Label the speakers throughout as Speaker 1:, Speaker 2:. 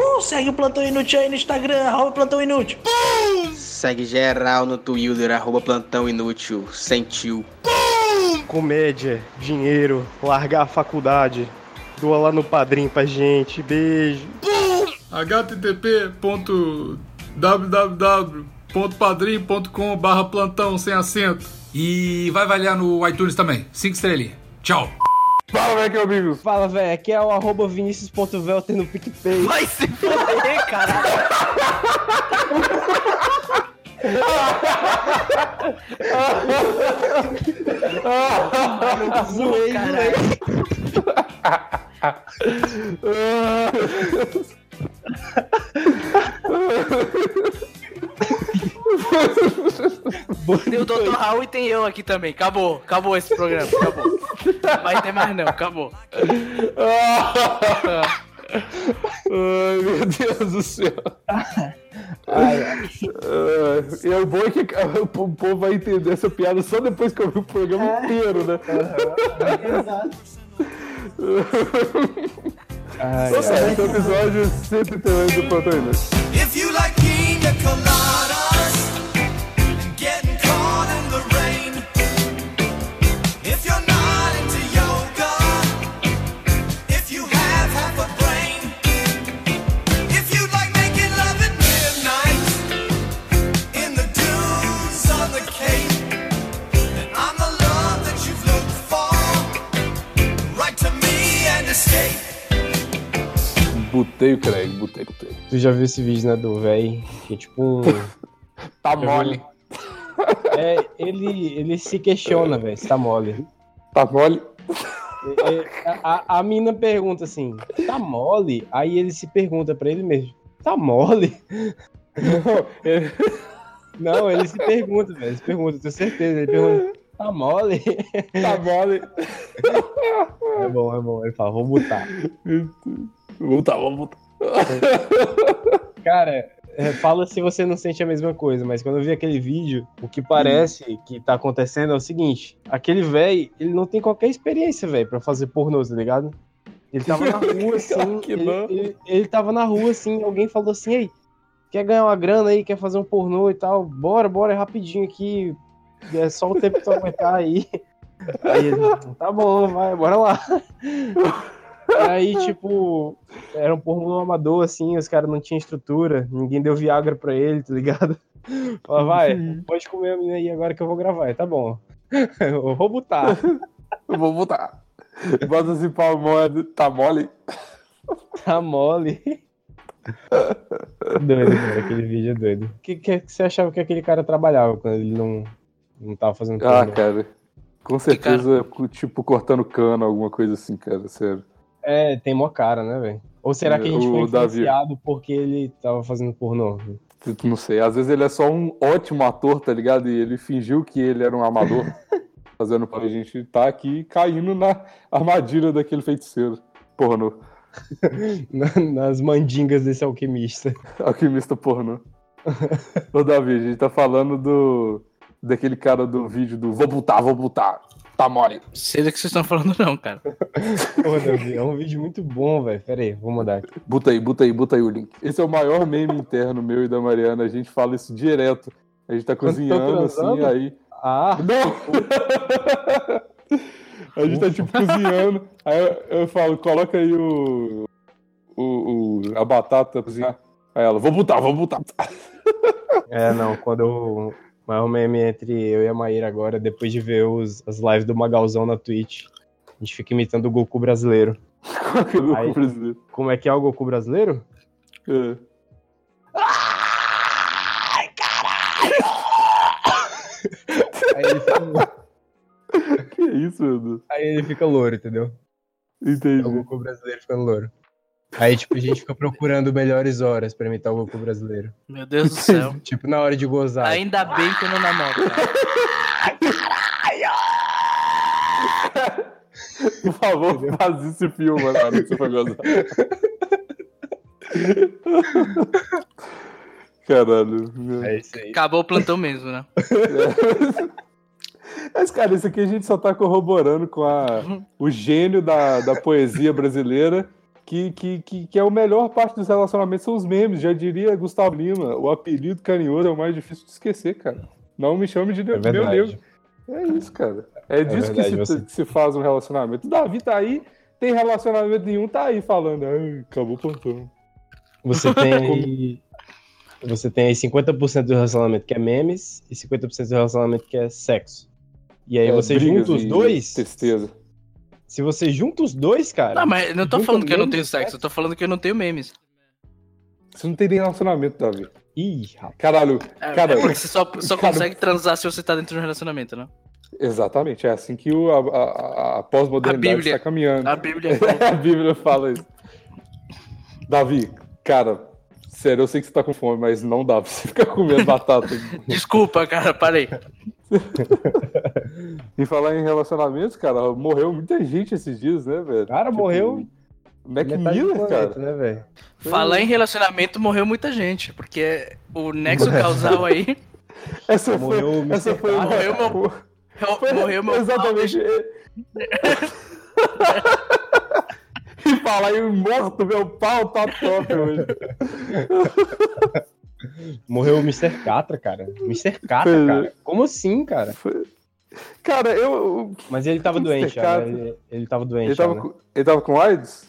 Speaker 1: Ou segue o Plantão Inútil aí no Instagram, arroba Plantão Inútil.
Speaker 2: Segue geral no Twitter, arroba Plantão Inútil, sentiu.
Speaker 3: Comédia, dinheiro, largar a faculdade. Doa lá no padrinho pra gente. Beijo.
Speaker 4: http.www.padrim.com barra plantão sem acento. E vai avaliar no iTunes também. Cinco estrelinhas. Tchau.
Speaker 3: Fala, velho, amigos.
Speaker 5: Fala, velho, aqui é o arroba vinicius.velter no PicPay.
Speaker 6: Vai se fuder, cara.
Speaker 5: Zoei, zoei.
Speaker 6: Tem o Dr. Raul e tem eu aqui também. Acabou, acabou esse programa, acabou. Vai ter mais não, acabou.
Speaker 3: Ai, meu Deus do céu. Ai, é o bom é que o povo vai entender essa piada só depois que eu vi o programa
Speaker 7: É.
Speaker 3: inteiro, né? Esse é o episódio 138 do Proteína.
Speaker 8: If you like pina coladas and getting caught in the rain, if you're not into yoga, if you have half a brain, if you like making love at midnight in the dunes on the cape, then I'm the love that you've looked for. Write to me and escape.
Speaker 9: Botei o Craig, botei, botei.
Speaker 5: Tu já viu esse vídeo, né, do véi? Que é tipo um...
Speaker 9: Tá
Speaker 5: viu?
Speaker 9: mole.
Speaker 5: É, ele, ele se questiona, velho, se tá mole.
Speaker 9: Tá mole?
Speaker 5: É, é, a, a- a mina pergunta assim, tá mole? Aí ele se pergunta pra ele mesmo, tá mole? Não, ele, não, ele se pergunta, velho, se pergunta, tenho certeza. Ele pergunta, tá mole?
Speaker 9: Tá mole.
Speaker 5: É bom, é bom. Ele fala, vou botar.
Speaker 9: Voltar, vamos voltar.
Speaker 5: Cara, é, fala se você não sente a mesma coisa, mas quando eu vi aquele vídeo, o que parece que tá acontecendo é o seguinte: aquele velho, ele não tem qualquer experiência, velho, pra fazer pornô, tá ligado? Ele tava na rua assim,
Speaker 9: Claro que
Speaker 5: ele,
Speaker 9: não.
Speaker 5: ele, ele tava na rua assim, alguém falou assim: ei, quer ganhar uma grana aí, quer fazer um pornô e tal, bora, bora, é rapidinho aqui, é só o tempo que tu aguentar aí. Aí ele, tá bom, vai, bora lá. Aí, tipo, era um pornô amador, assim, os caras não tinham estrutura, ninguém deu Viagra pra ele, tá ligado? Fala, vai, pode comer a menina aí agora que eu vou gravar, tá bom. Eu vou botar.
Speaker 9: Eu vou voltar. Bota esse pau mole. Tá mole?
Speaker 5: Tá mole. Doido, cara, aquele vídeo é doido. O que, que você achava que aquele cara trabalhava quando ele não, não tava fazendo
Speaker 9: Ah,
Speaker 5: pornô?
Speaker 9: cara. Com certeza, tipo, cortando cano, alguma coisa assim, cara, sério.
Speaker 5: é, tem mó cara, né, velho? Ou será que a gente
Speaker 9: O
Speaker 5: foi
Speaker 9: Davi.
Speaker 5: influenciado porque ele tava fazendo pornô?
Speaker 9: Não sei, às vezes ele é só um ótimo ator, tá ligado? E ele fingiu que ele era um amador, fazendo pra gente tá aqui caindo na armadilha daquele feiticeiro. Pornô.
Speaker 5: Na- nas mandingas desse alquimista.
Speaker 9: Alquimista pornô. Ô, Davi, a gente tá falando do. daquele cara do vídeo do Vou botar, vou botar. Tá mole.
Speaker 6: Sei do que vocês estão falando não, cara.
Speaker 5: Pô, Davi, é um vídeo muito bom, velho. Pera aí, vou mandar aqui.
Speaker 9: Buta aí, buta aí, buta aí o link. Esse é o maior meme interno meu e da Mariana. A gente fala isso direto. A gente tá
Speaker 5: Quando tão
Speaker 9: cozinhando assim,
Speaker 5: transando?
Speaker 9: aí.
Speaker 5: Ah,
Speaker 9: Não! A gente tá tipo cozinhando. Aí eu, eu falo, coloca aí o, o, o- a batata pra cozinhar. Aí ela, vou botar, vou botar.
Speaker 5: é, não, quando eu... Mas o meme entre eu e a Maíra agora, depois de ver os, as lives do Magalzão na Twitch, a gente fica imitando o Goku brasileiro. Aí.
Speaker 9: Brasileiro.
Speaker 5: Como é que é o Goku brasileiro?
Speaker 9: É.
Speaker 5: Aí ele fica,
Speaker 9: Que isso, meu Deus?
Speaker 5: aí ele fica louro, entendeu? É o
Speaker 9: Entendi.
Speaker 5: Goku brasileiro ficando louro. Aí, tipo, a gente fica procurando melhores horas pra imitar o Goku brasileiro.
Speaker 6: Meu Deus do céu.
Speaker 5: Tipo, na hora de gozar.
Speaker 6: Ainda bem que eu não namoro, cara.
Speaker 9: Por favor, faz isso e filma na hora que você for gozar. Caralho. meu.
Speaker 5: É isso aí.
Speaker 6: Acabou o plantão mesmo, né?
Speaker 9: Mas, cara, isso aqui a gente só tá corroborando com a, o gênio da, da poesia brasileira, que, que, que, que é a melhor parte dos relacionamentos, são os memes. Já diria Gustavo Lima, o apelido carinhoso é o mais difícil de esquecer, cara. Não me chame de
Speaker 7: É
Speaker 9: ne- meu nego.
Speaker 7: verdade.
Speaker 9: É isso, cara. É disso
Speaker 7: verdade,
Speaker 9: que, se,
Speaker 7: você-
Speaker 9: que se faz um relacionamento. O Davi tá aí, tem relacionamento nenhum, tá aí falando. "Ai, acabou o plantão.
Speaker 5: Você tem aí. Você tem aí 50% do relacionamento que é memes e 50% do relacionamento que é sexo. E aí
Speaker 9: É,
Speaker 5: você
Speaker 9: brigas
Speaker 5: junta os
Speaker 9: e
Speaker 5: dois.
Speaker 9: Tristeza.
Speaker 5: Se você junta os dois, cara.
Speaker 6: Não, Tá, mas eu não tô
Speaker 5: Junta
Speaker 6: falando que eu não
Speaker 5: memes,
Speaker 6: tenho sexo, eu tô falando que eu não tenho memes.
Speaker 9: Você não tem nem relacionamento, Davi.
Speaker 5: Ih, rapaz.
Speaker 9: Caralho,
Speaker 6: É,
Speaker 9: Cara,
Speaker 6: é porque você só, só
Speaker 9: cara-
Speaker 6: consegue transar se você tá dentro de um relacionamento, né?
Speaker 9: exatamente. É assim que o, a, a- a- a
Speaker 6: A
Speaker 9: pós-modernidade
Speaker 6: Bíblia.
Speaker 9: está caminhando.
Speaker 6: A Bíblia é- fala.
Speaker 9: A Bíblia fala isso. Davi, cara, sério, eu sei que você tá com fome, mas não dá pra você ficar comendo batata.
Speaker 6: Desculpa, cara, parei.
Speaker 9: e falar em relacionamentos, cara, morreu muita gente esses dias, né, velho?
Speaker 5: Cara, morreu
Speaker 9: Mac
Speaker 5: metade do
Speaker 9: Miller,
Speaker 5: planeta,
Speaker 9: É cara.
Speaker 5: né, velho?
Speaker 6: Falar em relacionamento morreu muita gente, porque o nexo causal aí
Speaker 9: Essa
Speaker 5: Morreu um o
Speaker 9: foi, essa
Speaker 5: Mr.
Speaker 9: foi uma-
Speaker 6: Morreu meu- morreu meu
Speaker 9: Exatamente. e falar em morto, meu pau tá top hoje.
Speaker 5: Morreu o Mr. Catra, cara. Mr. Catra,
Speaker 9: Foi-
Speaker 5: cara. Como assim, cara?
Speaker 9: Cara, eu.
Speaker 5: Mas ele tava
Speaker 9: Mr.
Speaker 5: doente, já,
Speaker 9: Catra.
Speaker 5: né? Ele, ele tava doente,
Speaker 9: Ele
Speaker 5: já, né?
Speaker 9: tava, com, ele tava com AIDS?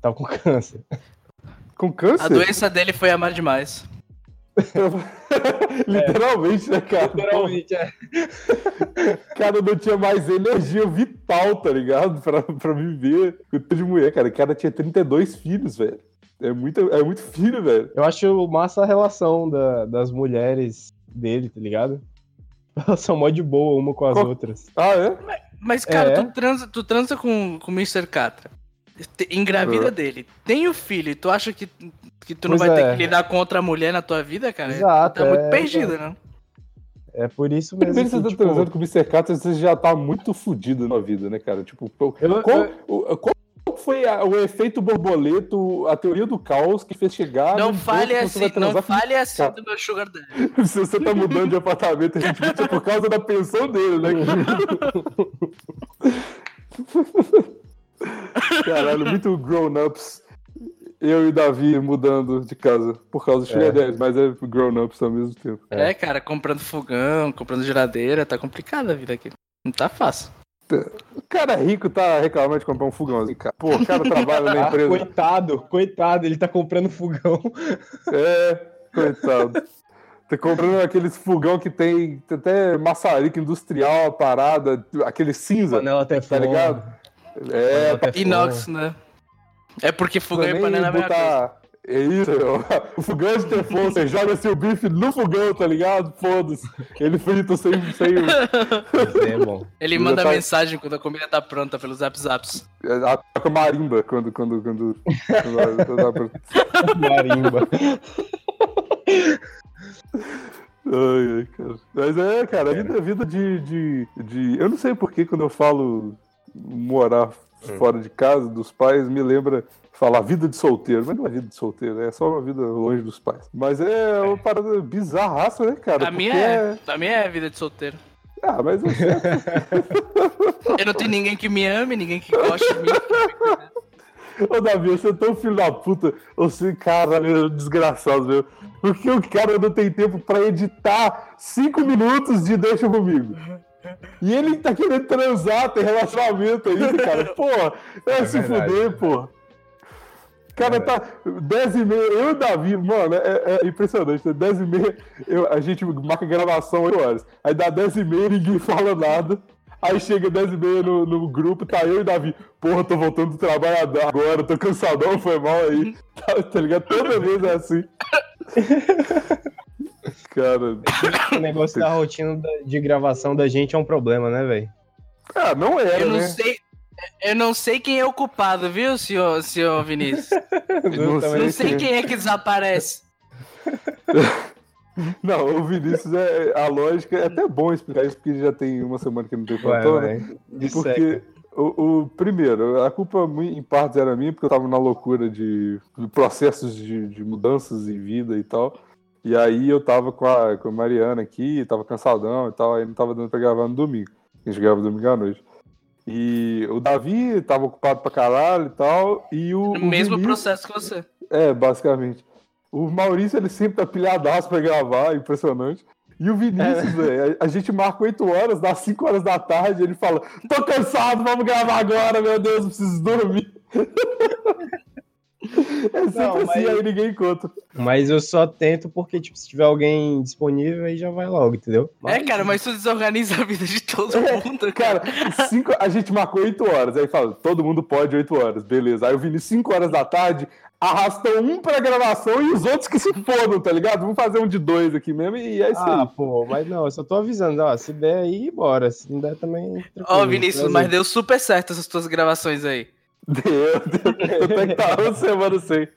Speaker 5: tava com câncer.
Speaker 9: Com câncer?
Speaker 6: a doença dele foi amar demais.
Speaker 9: Literalmente, né, cara?
Speaker 5: é.
Speaker 9: Cara, eu não tinha mais energia vital, tá ligado? Pra, pra viver com tanto de mulher, cara. O cara tinha 32 filhos, velho. É muito, é muito filho, velho.
Speaker 5: Eu acho massa a relação da- das mulheres dele, tá ligado? Elas são mó de boa uma com as
Speaker 9: Qual-
Speaker 5: outras.
Speaker 9: Ah, é?
Speaker 6: Mas, cara,
Speaker 5: É.
Speaker 6: tu transa, tu transa com, com o Mr. Catra. te- Engravida
Speaker 9: É.
Speaker 6: dele. Tem o filho, e tu acha que, que tu não
Speaker 5: Pois
Speaker 6: vai ter
Speaker 5: é.
Speaker 6: que lidar com outra mulher na tua vida, cara?
Speaker 5: Exato,
Speaker 6: Tá
Speaker 5: é,
Speaker 6: muito perdido, né?
Speaker 5: É por isso mesmo.
Speaker 9: Primeiro você
Speaker 5: que,
Speaker 9: tá
Speaker 5: tipo,
Speaker 9: transando com o Mr. Catra, você já tá muito fudido na vida, né, cara? Tipo, pô,
Speaker 5: Eu-
Speaker 9: qual,
Speaker 6: É.
Speaker 9: o- qual foi a- o efeito borboleto, a teoria do caos que fez chegar.
Speaker 6: Não
Speaker 9: no
Speaker 6: fale
Speaker 9: ponto um que
Speaker 6: assim, não
Speaker 9: transar com-
Speaker 6: fale assim
Speaker 9: Catra.
Speaker 6: do meu sugar daddy.
Speaker 9: Se você tá mudando de apartamento, gente, isso é por causa da pensão dele, né? Caralho, muito grown-ups. Eu e o Davi mudando de casa por causa do Sugar Daddy, mas é grown-ups ao mesmo tempo.
Speaker 6: É. cara, comprando fogão, comprando geladeira, tá complicada a vida aqui. Não tá fácil.
Speaker 9: O cara rico tá reclamando de comprar um fogãozinho, cara. Pô, o cara trabalha na
Speaker 5: ah,
Speaker 9: empresa.
Speaker 5: coitado, coitado, ele tá comprando fogão.
Speaker 9: É, coitado. Tá comprando aqueles fogão que tem, tem até maçarico industrial, a parada, aquele cinza,
Speaker 5: Panela
Speaker 9: tá
Speaker 5: teflon.
Speaker 9: ligado? É,
Speaker 5: panela teflon.
Speaker 6: Inox, né? É porque fogão e
Speaker 9: nem
Speaker 6: panela é a mesma coisa.
Speaker 9: botar- É isso, meu. o fogão de teflon, você joga seu bife no fogão, tá ligado? Foda-se. Ele frita sem, sem
Speaker 5: Isso aí é bom.
Speaker 6: Ele
Speaker 9: Ele
Speaker 6: manda
Speaker 9: tá-
Speaker 6: mensagem quando a comida tá pronta pelos zap zaps.
Speaker 9: a toca marimba quando quando quando. quando-
Speaker 5: Marimba.
Speaker 9: Ai, ai, cara. Mas é, cara, a vida, a vida de, de, de- Eu não sei por que quando eu falo morar fora de casa, dos pais, me lembra falar vida de solteiro. Mas não é vida de solteiro, é só uma vida longe dos pais. Mas é uma parada bizarraça, né, cara?
Speaker 6: Pra mim
Speaker 9: Porque
Speaker 6: é, pra mim é vida de solteiro.
Speaker 9: Ah, mas eu sei.
Speaker 6: Eu não tenho ninguém que me ame, ninguém que goste de mim.
Speaker 9: Ô, Davi, você é tão filho da puta. Você, caralho, desgraçado, meu. Porque o cara não tem tempo pra editar cinco minutos de Deixa Comigo. E ele tá querendo transar, tem relacionamento aí, cara. Porra, é,
Speaker 7: É
Speaker 9: se
Speaker 7: verdade.
Speaker 9: fuder, porra. Cara, tá 10 e meia, eu e o Davi, mano, é, é impressionante, né? 10 e meia, eu- a gente marca gravação 8 horas, aí dá 10 e meia, ninguém fala nada, aí chega 10 e meia no, no grupo, tá eu e o Davi, porra, tô voltando do trabalho agora, tô cansadão, foi mal aí, tá, tá ligado? Toda vez é assim. Cara,
Speaker 5: O negócio da rotina da- de gravação da gente é um problema, né, velho?
Speaker 9: ah, não era,
Speaker 6: Eu não
Speaker 9: né?
Speaker 6: sei. Eu não sei quem é o culpado, viu, senhor, senhor Vinícius?
Speaker 9: Não
Speaker 6: Eu não
Speaker 9: sei
Speaker 6: sei quem é que desaparece.
Speaker 9: Não, o Vinícius, é, a lógica é até bom explicar isso, porque ele já tem uma semana que não tem
Speaker 5: Vai,
Speaker 9: plantão, né?
Speaker 5: vai.
Speaker 9: Porque, o, o- primeiro, a culpa mui- em partes era minha, porque eu tava na loucura de, de processos de, de mudanças em vida e tal. E aí eu tava com a, com a Mariana aqui, tava cansadão e tal, aí não tava dando pra gravar no domingo. A gente grava domingo à noite. E o Davi tava ocupado pra caralho e tal. E o.
Speaker 6: No
Speaker 9: o
Speaker 6: mesmo
Speaker 9: Vinícius-
Speaker 6: processo que você.
Speaker 9: É, basicamente. O Maurício, ele sempre tá pilhadaço pra gravar, impressionante. E o
Speaker 5: É.
Speaker 9: Vinícius, velho, a a gente marca 8 horas, dá 5 horas da tarde, ele fala: Tô cansado, vamos gravar agora, meu Deus, eu preciso dormir. é sempre
Speaker 5: Não, mas-
Speaker 9: assim, aí ninguém conta.
Speaker 5: Mas eu só tento porque, tipo, se tiver alguém disponível, aí já vai logo, entendeu?
Speaker 6: É, cara, mas isso desorganiza a vida de todo mundo, cara.
Speaker 9: Cara, cinco, a gente marcou 8 horas, aí fala: Todo mundo pode 8 horas, beleza. Aí o Vinícius, 5 horas da tarde, arrasta um pra gravação e os outros que se fodam, tá ligado? Vamos fazer um de dois aqui mesmo e é isso aí.
Speaker 5: Ah, pô, mas não, eu só tô avisando, ó, se der aí, bora, se não der também...
Speaker 6: Ó,
Speaker 5: tranquilo,
Speaker 6: Vinícius,
Speaker 5: prazer.
Speaker 6: mas deu super certo essas tuas gravações aí.
Speaker 9: Deu, deu. Tanto é que tá uma semana sem.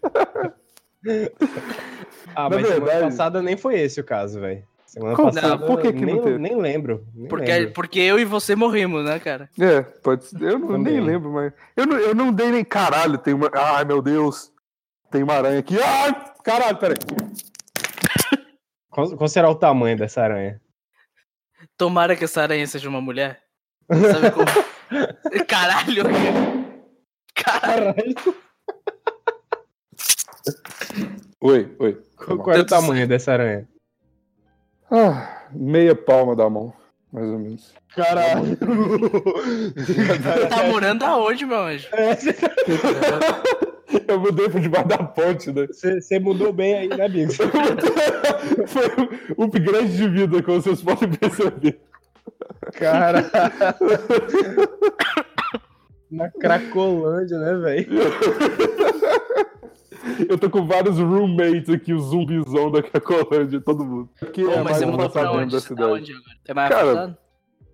Speaker 5: Ah,
Speaker 9: na
Speaker 5: mas semana
Speaker 9: verdade-
Speaker 5: passada nem foi esse o caso, velho. Semana
Speaker 9: Como
Speaker 5: passada,
Speaker 9: não? Por que que não
Speaker 5: nem,
Speaker 9: teve?
Speaker 5: nem lembro, nem
Speaker 6: Porque, é-
Speaker 5: lembro.
Speaker 6: porque eu e você morrimos, né, cara?
Speaker 9: É, pode ser. Eu não, nem
Speaker 5: Também.
Speaker 9: lembro, mas. Eu não, eu não dei nem. Caralho, tem uma. Ai, meu Deus. Tem uma aranha aqui. Ai, caralho, peraí.
Speaker 5: Qual, qual será o tamanho dessa aranha?
Speaker 6: Tomara que essa aranha seja uma mulher. Sabe como? Caralho! Caralho!
Speaker 5: Caralho,
Speaker 9: Oi, oi.
Speaker 5: qual, qual era o
Speaker 6: Tanto-
Speaker 5: tamanho dessa aranha?
Speaker 9: Ah, meia palma da mão, mais ou menos.
Speaker 5: Caralho.
Speaker 6: Tá morando aonde, meu anjo?
Speaker 9: Eu mudei pra debaixo da ponte, né?
Speaker 5: Você mudou bem aí, né, amigo?
Speaker 9: Foi um upgrade de vida, como vocês podem perceber.
Speaker 5: Cara. Na Cracolândia, né, velho?
Speaker 9: Eu tô com vários roommates aqui, o zumbizão da Cracolândia, todo mundo. Aqui
Speaker 6: Pô, mas
Speaker 9: mais
Speaker 6: você
Speaker 9: um
Speaker 6: mudou pra
Speaker 9: passatempo
Speaker 6: onde?
Speaker 9: da
Speaker 6: Você tá
Speaker 9: cidade.
Speaker 6: onde agora? É mais
Speaker 9: Cara,
Speaker 6: afastado?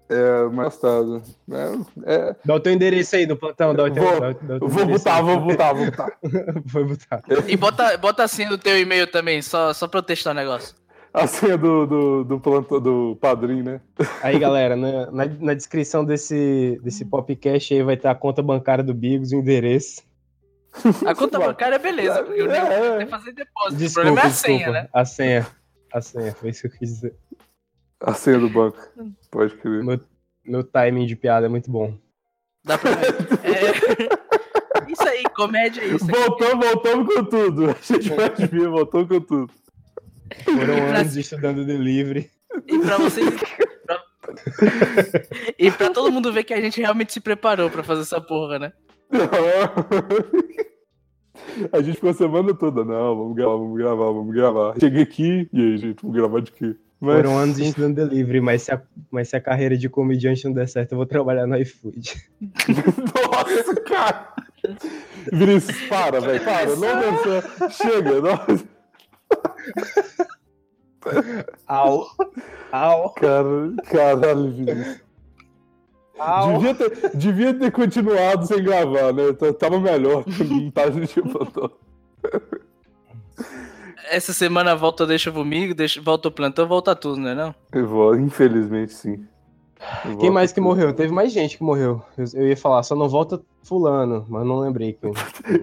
Speaker 9: É, mais afastado. É, é,
Speaker 5: Dá o teu endereço aí do plantão, dá o teu,
Speaker 9: Vou-
Speaker 5: dá o- dá o teu
Speaker 9: Vou
Speaker 5: endereço
Speaker 9: botar,
Speaker 5: aí.
Speaker 9: vou botar, vou botar.
Speaker 5: Vou botar.
Speaker 6: E bota, bota assim no teu e-mail também, só, só pra eu testar o negócio.
Speaker 9: A senha do, do, do, planta- do padrinho, né?
Speaker 5: Aí, galera, na, na, na descrição desse, desse podcast aí vai estar a conta bancária do Bigos, o endereço.
Speaker 6: A conta bancária é beleza, porque eu nem
Speaker 9: É,
Speaker 6: nem
Speaker 9: é.
Speaker 6: fazer depósito. o
Speaker 5: Desculpa,
Speaker 6: problema é a
Speaker 5: desculpa.
Speaker 6: senha, né?
Speaker 5: A senha. A senha, foi isso que eu quis dizer.
Speaker 9: A senha do banco. Pode crer.
Speaker 5: Meu timing de piada é muito bom.
Speaker 6: Dá pra ver. É... Isso aí, comédia é isso.
Speaker 9: Voltou, voltamos com tudo. A gente pode vir, voltou com tudo.
Speaker 5: Foram
Speaker 6: Pra-
Speaker 5: anos estudando delivery.
Speaker 6: E pra vocês. pra- e pra todo mundo ver que a gente realmente se preparou pra fazer essa porra, né?
Speaker 9: A gente ficou a semana toda. Não, vamos gravar, vamos gravar, vamos gravar. Cheguei aqui, e aí, gente, vamos gravar de quê? Mas,
Speaker 5: Foram anos estudando delivery, mas se, a, mas se a carreira de comediante não der certo, eu vou trabalhar no iFood.
Speaker 9: nossa, cara! Vinícius, para, velho, para, não dançar. Chega, nossa.
Speaker 5: Au! Au!
Speaker 9: Cara, caralho, Vinícius.
Speaker 5: Au!
Speaker 9: Devia ter, devia ter continuado sem gravar, né? T- Tava melhor. Não tá, gente botou.
Speaker 6: Essa semana volta, deixa comigo, deixa, volta o plantão, volta tudo, né? Não?
Speaker 9: Eu vou, infelizmente, sim. Eu
Speaker 5: Quem
Speaker 9: vou-
Speaker 5: mais que morreu? Teve mais gente que morreu. Eu, eu ia falar, só não volta fulano, mas não lembrei. Que...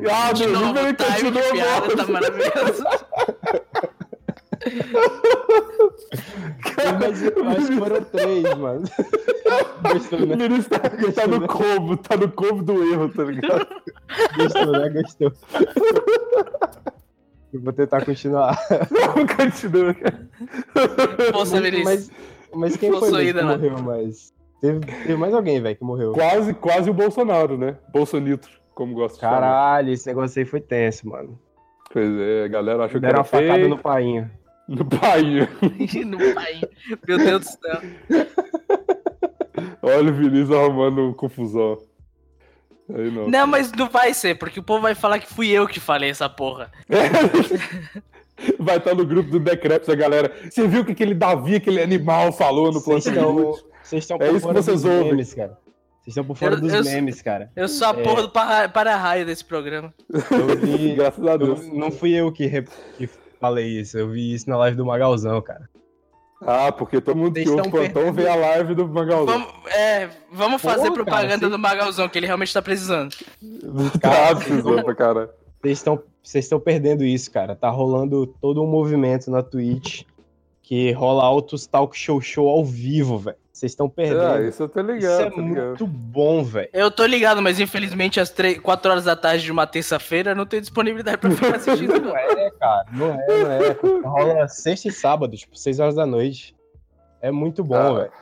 Speaker 9: Ah,
Speaker 6: De
Speaker 9: meu
Speaker 6: novo,
Speaker 9: número
Speaker 6: o time de piada
Speaker 9: continuou
Speaker 6: tá maravilhoso. tá?
Speaker 5: Mas eu acho que foram três, mano. Gostou,
Speaker 9: O
Speaker 5: né?
Speaker 9: Vinícius tá, tá no combo, tá no combo do erro, tá ligado?
Speaker 5: Gostou, né? Gostou. Eu vou tentar continuar.
Speaker 9: Não, continua, cara.
Speaker 6: Força, Vinícius.
Speaker 5: Mas, mas quem foi mesmo
Speaker 6: Possuída,
Speaker 5: que
Speaker 6: né?
Speaker 5: morreu mais? Teve, teve mais alguém, velho, que morreu.
Speaker 9: Quase, quase o Bolsonaro, né? Bolsonitro, como gosta de falar.
Speaker 5: Caralho, esse negócio aí foi tenso, mano.
Speaker 9: Pois é, a galera achou que
Speaker 5: Deram
Speaker 9: era
Speaker 5: uma facada
Speaker 9: feio.
Speaker 5: no painho.
Speaker 9: No painho.
Speaker 6: No pai. Meu Deus do céu.
Speaker 9: Olha o Vinícius arrumando confusão. Aí não.
Speaker 6: Não, mas não vai ser, porque o povo vai falar que fui eu que falei essa porra.
Speaker 9: Vai estar no grupo do Decreps, a galera. Você viu o que aquele Davi, aquele animal, falou no
Speaker 5: Vocês
Speaker 9: plantão de
Speaker 5: estão,
Speaker 9: hoje?
Speaker 5: vocês estão
Speaker 9: É
Speaker 5: por
Speaker 9: isso que
Speaker 5: fora
Speaker 9: vocês
Speaker 5: dos
Speaker 9: ouvem.
Speaker 5: memes, cara. Vocês estão por fora
Speaker 6: Eu-
Speaker 5: dos
Speaker 6: eu-
Speaker 5: memes, cara.
Speaker 6: Eu sou a
Speaker 5: É.
Speaker 6: porra do para- para-raio desse programa.
Speaker 5: Eu vi,
Speaker 9: Graças a Deus.
Speaker 5: eu- não fui eu que, rep- que falei isso, eu vi isso na live do Magalzão, cara.
Speaker 9: Ah, porque todo mundo que
Speaker 5: Vocês
Speaker 9: ouve o
Speaker 5: estão
Speaker 9: plantão vê a live do Mangalão.
Speaker 6: Vamos, é, vamos fazer
Speaker 5: Porra,
Speaker 6: propaganda
Speaker 5: cara,
Speaker 6: do Magalzão, que ele realmente tá precisando.
Speaker 9: Tá precisando pra caralho.
Speaker 5: Vocês estão vocês estão perdendo isso, cara. Tá rolando todo um movimento na Twitch que rola altos talk show show ao vivo, velho. Vocês estão
Speaker 9: Ah,
Speaker 5: perdendo.
Speaker 9: isso eu tô
Speaker 5: isso
Speaker 9: ligado,
Speaker 5: é
Speaker 9: tô ligado.
Speaker 5: muito bom, velho.
Speaker 6: Eu tô ligado, mas infelizmente às 3, 4 horas da tarde de uma terça-feira não tenho disponibilidade pra ficar assistindo, não.
Speaker 5: Não é, cara. Não é, não é. Rola sexta e sábado, tipo, seis horas da noite. É muito bom,
Speaker 9: Ah.
Speaker 5: velho.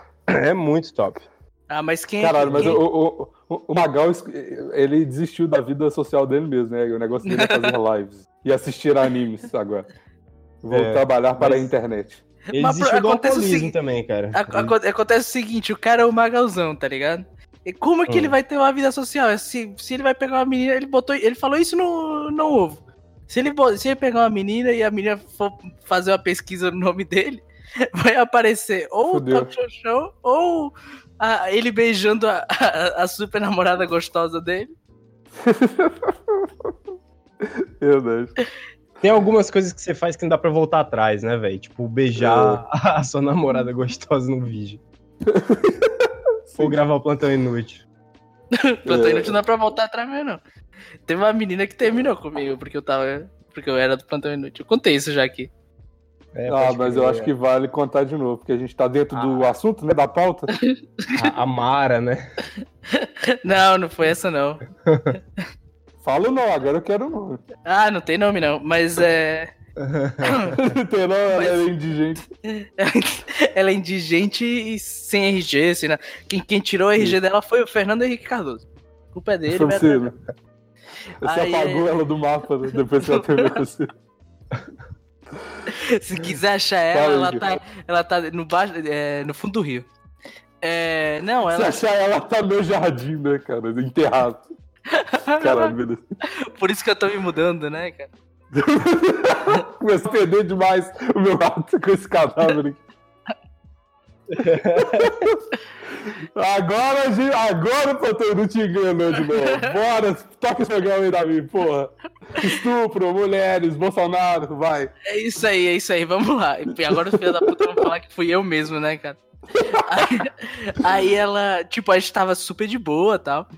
Speaker 5: É muito top.
Speaker 6: Ah, mas quem
Speaker 9: Caralho, mas
Speaker 6: quem-
Speaker 9: o, o, o- o Magal, ele desistiu da vida social dele mesmo, né? O negócio dele é fazer lives e assistir animes agora. Vou
Speaker 5: É,
Speaker 9: trabalhar para a
Speaker 5: mas-
Speaker 9: internet.
Speaker 5: Ele
Speaker 6: Mas,
Speaker 5: existe o
Speaker 6: bro, acontece o
Speaker 5: alcoolismo
Speaker 6: seguinte-
Speaker 5: também, cara.
Speaker 6: Ac- aco- Acontece o seguinte, o cara é o magalzão, tá ligado? E como é que
Speaker 5: Hum.
Speaker 6: ele vai ter uma vida social? Se, se ele vai pegar uma menina, ele botou. Ele falou isso no, no ovo. Se ele, bo- se ele pegar uma menina e a menina for fazer uma pesquisa no nome dele, vai aparecer ou o
Speaker 9: Fudeu.
Speaker 6: Talk Show Show, ou a- ele beijando a, a- a super namorada gostosa dele.
Speaker 9: Verdade. Uhum.
Speaker 5: Tem algumas coisas que você faz que não dá pra voltar atrás, né, velho? Tipo, beijar
Speaker 6: Ah.
Speaker 5: a sua namorada gostosa no vídeo. Ou gravar o plantão inútil.
Speaker 6: Plantão
Speaker 9: É.
Speaker 6: inútil não dá pra voltar atrás mesmo, não. Teve uma menina que terminou comigo, porque eu tava. Porque eu era do plantão inútil. Eu contei isso já aqui.
Speaker 5: É,
Speaker 9: ah,
Speaker 5: pode
Speaker 9: mas
Speaker 5: crer,
Speaker 9: eu acho
Speaker 5: é. Ah.
Speaker 9: que vale contar de novo, porque a gente tá dentro do assunto, né? Da pauta.
Speaker 5: é. A, a Mara, né?
Speaker 6: Não, não foi essa não.
Speaker 9: Falo não, agora eu quero não.
Speaker 6: Ah, não tem nome não, mas é.
Speaker 9: Tem não, ela é indigente.
Speaker 6: ela é indigente e sem RG, sei lá. né? Quem, quem tirou o RG dela foi o Fernando Henrique Cardoso. A culpa é dele,
Speaker 9: Foi
Speaker 6: vai
Speaker 9: você,
Speaker 6: atrás.
Speaker 9: né? Você
Speaker 6: Aí-
Speaker 9: apagou
Speaker 5: é.
Speaker 9: ela do mapa né, depois que ela teve você.
Speaker 6: Se quiser achar ela,
Speaker 9: Fala,
Speaker 6: ela tá, ela tá no, baixo, é, no fundo do rio. É, não,
Speaker 9: Se
Speaker 6: ela.
Speaker 9: achar ela tá no jardim, né, cara? Enterrado. Caralho, beleza.
Speaker 6: Por isso que eu tô me mudando, né, cara?
Speaker 9: Comecei a perder demais o meu rato com esse né? cadáver aqui. agora, gente, agora o Pantano te enganou de novo. Bora, toca esse programa aí, Davi, porra. Estupro, mulheres, Bolsonaro, vai.
Speaker 6: É isso aí, é isso aí, vamos lá. E agora os filhos da puta vão falar que fui eu mesmo, né, cara? Aí, aí ela, tipo, a gente tava super de boa tal.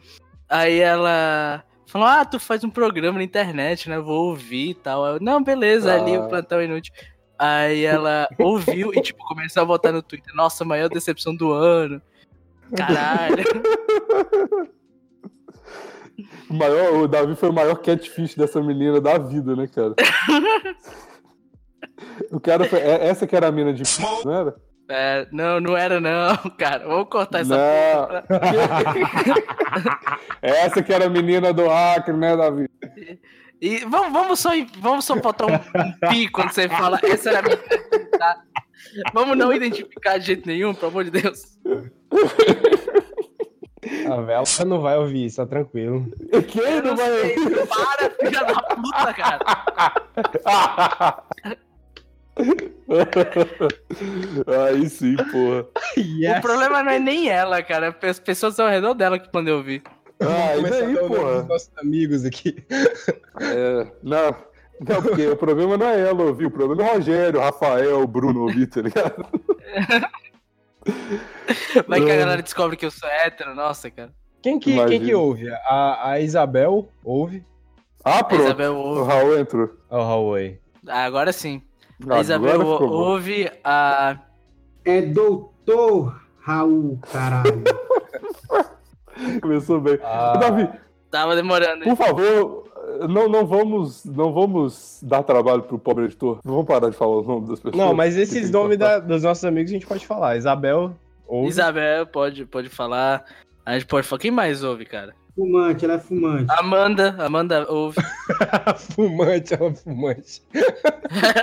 Speaker 6: Aí ela falou: Ah, tu faz um programa na internet, né? Vou ouvir e tal. Eu, Não, beleza, ali o
Speaker 9: Ah.
Speaker 6: plantão inútil. Aí ela ouviu e, tipo, começou a botar no Twitter: Nossa, maior decepção do ano. Caralho.
Speaker 9: O, maior, o Davi foi o maior catfish dessa menina da vida, né, cara? o cara foi. é- Essa que era a mina de. p***, Não era?
Speaker 6: É, não, não era, não, cara. Vamos cortar essa
Speaker 9: Não.
Speaker 6: porra.
Speaker 9: É Essa que era a menina do hacker, né, Davi?
Speaker 6: E vamos, vamos só, vamos só botar um, um pi quando você fala, essa era a minha identidade. Vamos não identificar de jeito nenhum, pelo amor de Deus.
Speaker 5: A Vela não vai ouvir isso, tá tranquilo.
Speaker 9: Quem
Speaker 6: Eu
Speaker 9: não
Speaker 6: não sei,
Speaker 9: vai.
Speaker 6: para, filha da puta, cara.
Speaker 9: Aí sim, porra.
Speaker 6: O problema não é nem ela, cara. É As pessoas ao redor dela que mandam eu ouvir.
Speaker 9: Ah, e
Speaker 5: Começar então, né?
Speaker 9: daí,
Speaker 5: pelo nome dos
Speaker 9: porra?
Speaker 5: nossos amigos aqui.
Speaker 9: É, não, não, porque o problema não é ela ouvir, o problema é o Rogério, o Rafael, o Bruno ouvir, tá ligado?
Speaker 6: Vai que a galera descobre que eu sou hétero, nossa, cara.
Speaker 5: Quem que, quem
Speaker 9: Imagina.
Speaker 5: que ouve? A, a Isabel ouve?
Speaker 9: Ah,
Speaker 6: A
Speaker 9: pronto.
Speaker 6: Isabel
Speaker 9: O
Speaker 6: ouve.
Speaker 9: Raul entrou.
Speaker 5: Ó, o Raul aí.
Speaker 6: Ah, agora sim.
Speaker 9: Ah,
Speaker 6: A Isabel
Speaker 9: agora ficou bom.
Speaker 6: ouve a.
Speaker 7: É doutor Raul, caralho.
Speaker 9: Começou bem.
Speaker 5: Ah.
Speaker 9: Davi,
Speaker 6: Tava demorando.
Speaker 9: por favor, não, não, vamos, não vamos dar trabalho pro pobre editor. Vamos parar de falar os nomes das pessoas.
Speaker 5: Não, mas
Speaker 9: que tem
Speaker 5: esses
Speaker 9: que
Speaker 5: nomes
Speaker 9: cortar.
Speaker 5: da- dos nossos amigos a gente pode falar. Isabel ouve.
Speaker 6: Isabel pode, pode falar. A gente pode falar. Quem mais ouve, cara?
Speaker 7: fumante, ela é fumante.
Speaker 6: Amanda, Amanda ouve.
Speaker 5: fumante, ela é fumante.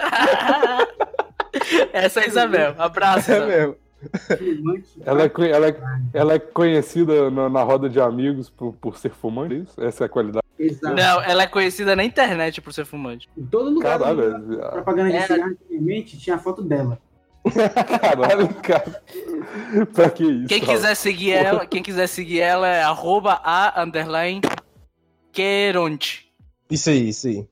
Speaker 6: Essa é a Isabel. Abraço,
Speaker 5: É
Speaker 6: Isabel.
Speaker 5: mesmo.
Speaker 7: Fumante.
Speaker 9: Ela é, co- ela, é- ela é conhecida na, na roda de amigos por, por ser fumante, é isso? Essa é a qualidade.
Speaker 7: Exato.
Speaker 6: Não, ela é conhecida na internet por ser fumante.
Speaker 7: Em todo lugar.
Speaker 9: Caralho,
Speaker 7: da
Speaker 9: é-
Speaker 7: Propaganda
Speaker 6: É.
Speaker 7: de cigarro antigamente tinha a foto dela.
Speaker 9: Caralho, cara. pra que isso?
Speaker 6: Quem quiser seguir ela, quem quiser seguir ela é arroba a underline Queronte.
Speaker 5: Isso aí, isso aí.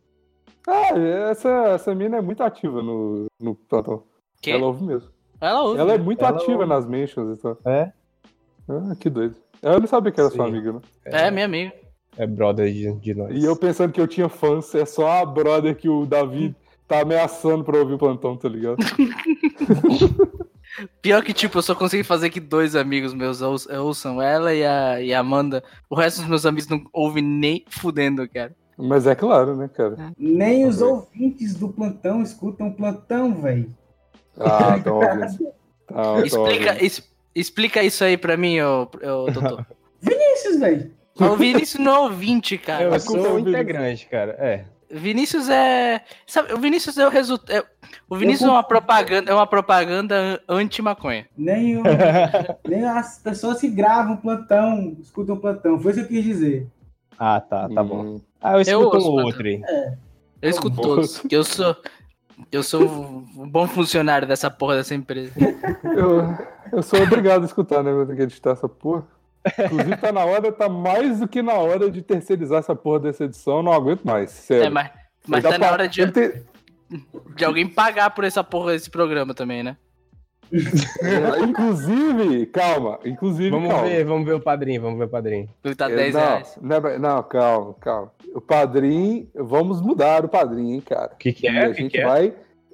Speaker 9: Ah, essa, essa mina é muito ativa no, no plantão.
Speaker 6: Que?
Speaker 9: Ela
Speaker 6: Ela,
Speaker 9: ouve mesmo.
Speaker 6: ouve.
Speaker 9: Ela é muito
Speaker 5: Ela
Speaker 9: ativa
Speaker 5: ouve.
Speaker 9: nas mentions e tal.
Speaker 5: É?
Speaker 9: Ah, que doido. Eu não sabia que era sua
Speaker 5: Sim.
Speaker 9: amiga, né?
Speaker 6: É, minha amiga.
Speaker 5: É brother de, de nós.
Speaker 9: E eu pensando que eu tinha fãs, é só a brother que o Davi tá ameaçando pra ouvir o plantão, tá ligado?
Speaker 6: Pior que, tipo, eu só consegui fazer que dois amigos meus ou- é, ouçam, ela e a, e a Amanda. O resto dos meus amigos não ouvem nem fudendo, cara.
Speaker 9: Mas é claro, né, cara?
Speaker 7: Nem os ouvintes do plantão escutam o plantão, velho.
Speaker 9: Ah, tão ouvindo. Tá, tão ouvindo.
Speaker 6: Explica, es- explica isso aí pra mim, ô, ô doutor.
Speaker 7: Esses, velho.
Speaker 6: o Vinícius não é ouvinte, cara.
Speaker 9: A
Speaker 5: Ah, Eu
Speaker 9: culpa é
Speaker 5: sou
Speaker 9: o
Speaker 5: o
Speaker 9: Vinícius.
Speaker 5: integrante, cara. É.
Speaker 6: Vinícius é. Sabe, o Vinícius é o resultado. o Vinícius é uma propaganda, é uma propaganda an- anti-maconha.
Speaker 7: Nem, o- nem as pessoas que gravam plantão escutam plantão. Foi isso que eu quis dizer.
Speaker 5: Ah, tá, tá bom.
Speaker 9: Hum,
Speaker 5: Ah, eu escuto
Speaker 6: ouço,
Speaker 5: um
Speaker 6: mas-
Speaker 5: outro aí.
Speaker 6: Eu escuto
Speaker 9: bom.
Speaker 6: todos. que Eu sou. Eu sou um bom funcionário dessa porra dessa empresa.
Speaker 9: Eu, eu sou obrigado a escutar, né? Eu tenho que editar essa porra. Inclusive, tá na hora, tá mais do que na hora de terceirizar essa porra dessa edição. Eu não aguento mais, sério.
Speaker 6: É, mas mas
Speaker 9: Dá
Speaker 6: tá na
Speaker 9: pra-
Speaker 6: hora de,
Speaker 9: Eu te-
Speaker 6: de alguém pagar por essa porra desse programa também, né?
Speaker 9: É, Inclusive, calma. Inclusive,
Speaker 5: Vamos
Speaker 9: calma.
Speaker 5: ver, vamos ver o padrinho, vamos ver o padrinho.
Speaker 6: Ele tá
Speaker 9: Eu-
Speaker 6: 10
Speaker 9: não,
Speaker 6: reais.
Speaker 9: Não, mas- não, calma, calma. O padrinho, vamos mudar o padrinho, hein, cara.
Speaker 5: O que, que
Speaker 9: E
Speaker 5: é?
Speaker 9: a
Speaker 5: O que,
Speaker 9: gente
Speaker 5: que é?
Speaker 9: vai.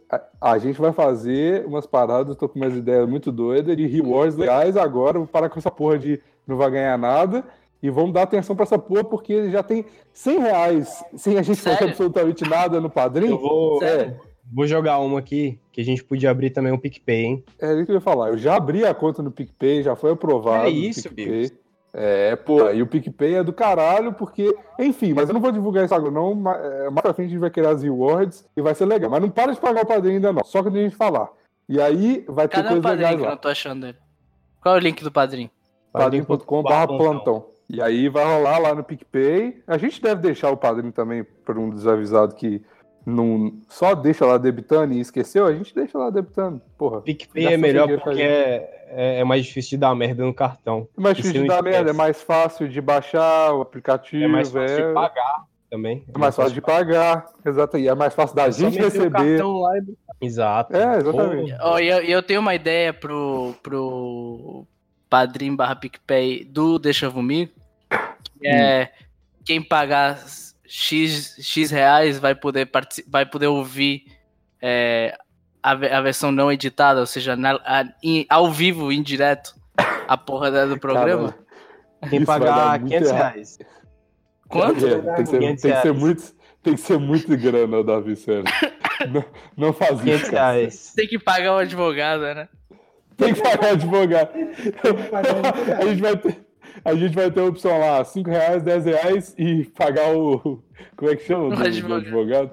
Speaker 9: A, a gente vai fazer umas paradas, tô com umas ideias muito doidas de rewards legais agora. Vou parar com essa porra de não vai ganhar nada. E vamos dar atenção pra essa porra, porque já tem 100 reais sem a gente fazer
Speaker 6: Sério?
Speaker 9: absolutamente nada no
Speaker 5: Eu
Speaker 9: padrinho.
Speaker 5: vou,
Speaker 9: É,
Speaker 5: vou jogar uma aqui, que a gente podia abrir também um PicPay, hein?
Speaker 9: é isso que eu ia falar. Eu já abri a conta no PicPay, já foi aprovado.
Speaker 5: É
Speaker 9: no
Speaker 5: isso,
Speaker 9: PicPay. É, pô, e o PicPay é do caralho, porque, enfim, mas eu não vou divulgar isso agora, não. ma- é, Mais pra frente a gente vai criar as rewards e vai ser legal. Mas não para de pagar o padrinho ainda, não. Só quando a gente falar. E aí vai ter
Speaker 6: Cadê o
Speaker 9: coisas
Speaker 6: tá padrinho
Speaker 9: legais
Speaker 6: que eu não
Speaker 9: lá.
Speaker 6: tô achando ele? Qual é o link do padrinho?
Speaker 9: padrinho.com.br plantão. E aí vai rolar lá no PicPay. A gente deve deixar o padrinho também para um desavisado que não só deixa lá debitando e esqueceu, a gente deixa lá debitando. Porra. Já
Speaker 5: PicPay é
Speaker 9: sei
Speaker 5: melhor
Speaker 9: que eu ia
Speaker 5: porque
Speaker 9: fazer.
Speaker 5: é, é, é mais difícil de dar merda no cartão.
Speaker 9: Mas
Speaker 5: E
Speaker 9: difícil
Speaker 5: se
Speaker 9: de
Speaker 5: não
Speaker 9: dar
Speaker 5: esquece?
Speaker 9: merda, é mais fácil de baixar o aplicativo.
Speaker 5: É mais fácil
Speaker 9: é-
Speaker 5: de pagar também.
Speaker 9: É mais fácil de pagar, exato. E é mais fácil da
Speaker 5: É só
Speaker 9: gente
Speaker 5: meter o
Speaker 9: receber.
Speaker 5: cartão lá e- Exato.
Speaker 9: É, exatamente.
Speaker 5: Pô,
Speaker 6: Ó, e eu, e eu tenho uma ideia pro, pro padrinho barra PicPay do Deixa Vomir. Que é
Speaker 9: Hum.
Speaker 6: quem pagar X, X reais vai poder, partici- vai poder ouvir é, a, ve- a versão não editada, ou seja, na- a- em- ao vivo, em direto, a porra da- do programa.
Speaker 9: Caralho.
Speaker 5: Quem
Speaker 9: Isso vai dar
Speaker 5: pagar
Speaker 9: muito
Speaker 5: 500
Speaker 9: errado.
Speaker 5: reais.
Speaker 6: Quanto?
Speaker 9: É, tem, que ser,
Speaker 5: 500
Speaker 9: tem que ser
Speaker 5: reais.
Speaker 9: muito, tem que ser muito grana, Davi, sério. Não, não faz
Speaker 5: 500
Speaker 9: isso, cara.
Speaker 5: reais.
Speaker 6: Tem que pagar o advogado, né?
Speaker 9: Tem que pagar advogado.
Speaker 7: advogado.
Speaker 9: a, gente vai ter, a gente vai ter a opção lá, 5 reais, 10 reais e pagar o... Como é que chama? Do, do
Speaker 6: Advogado.
Speaker 9: advogado?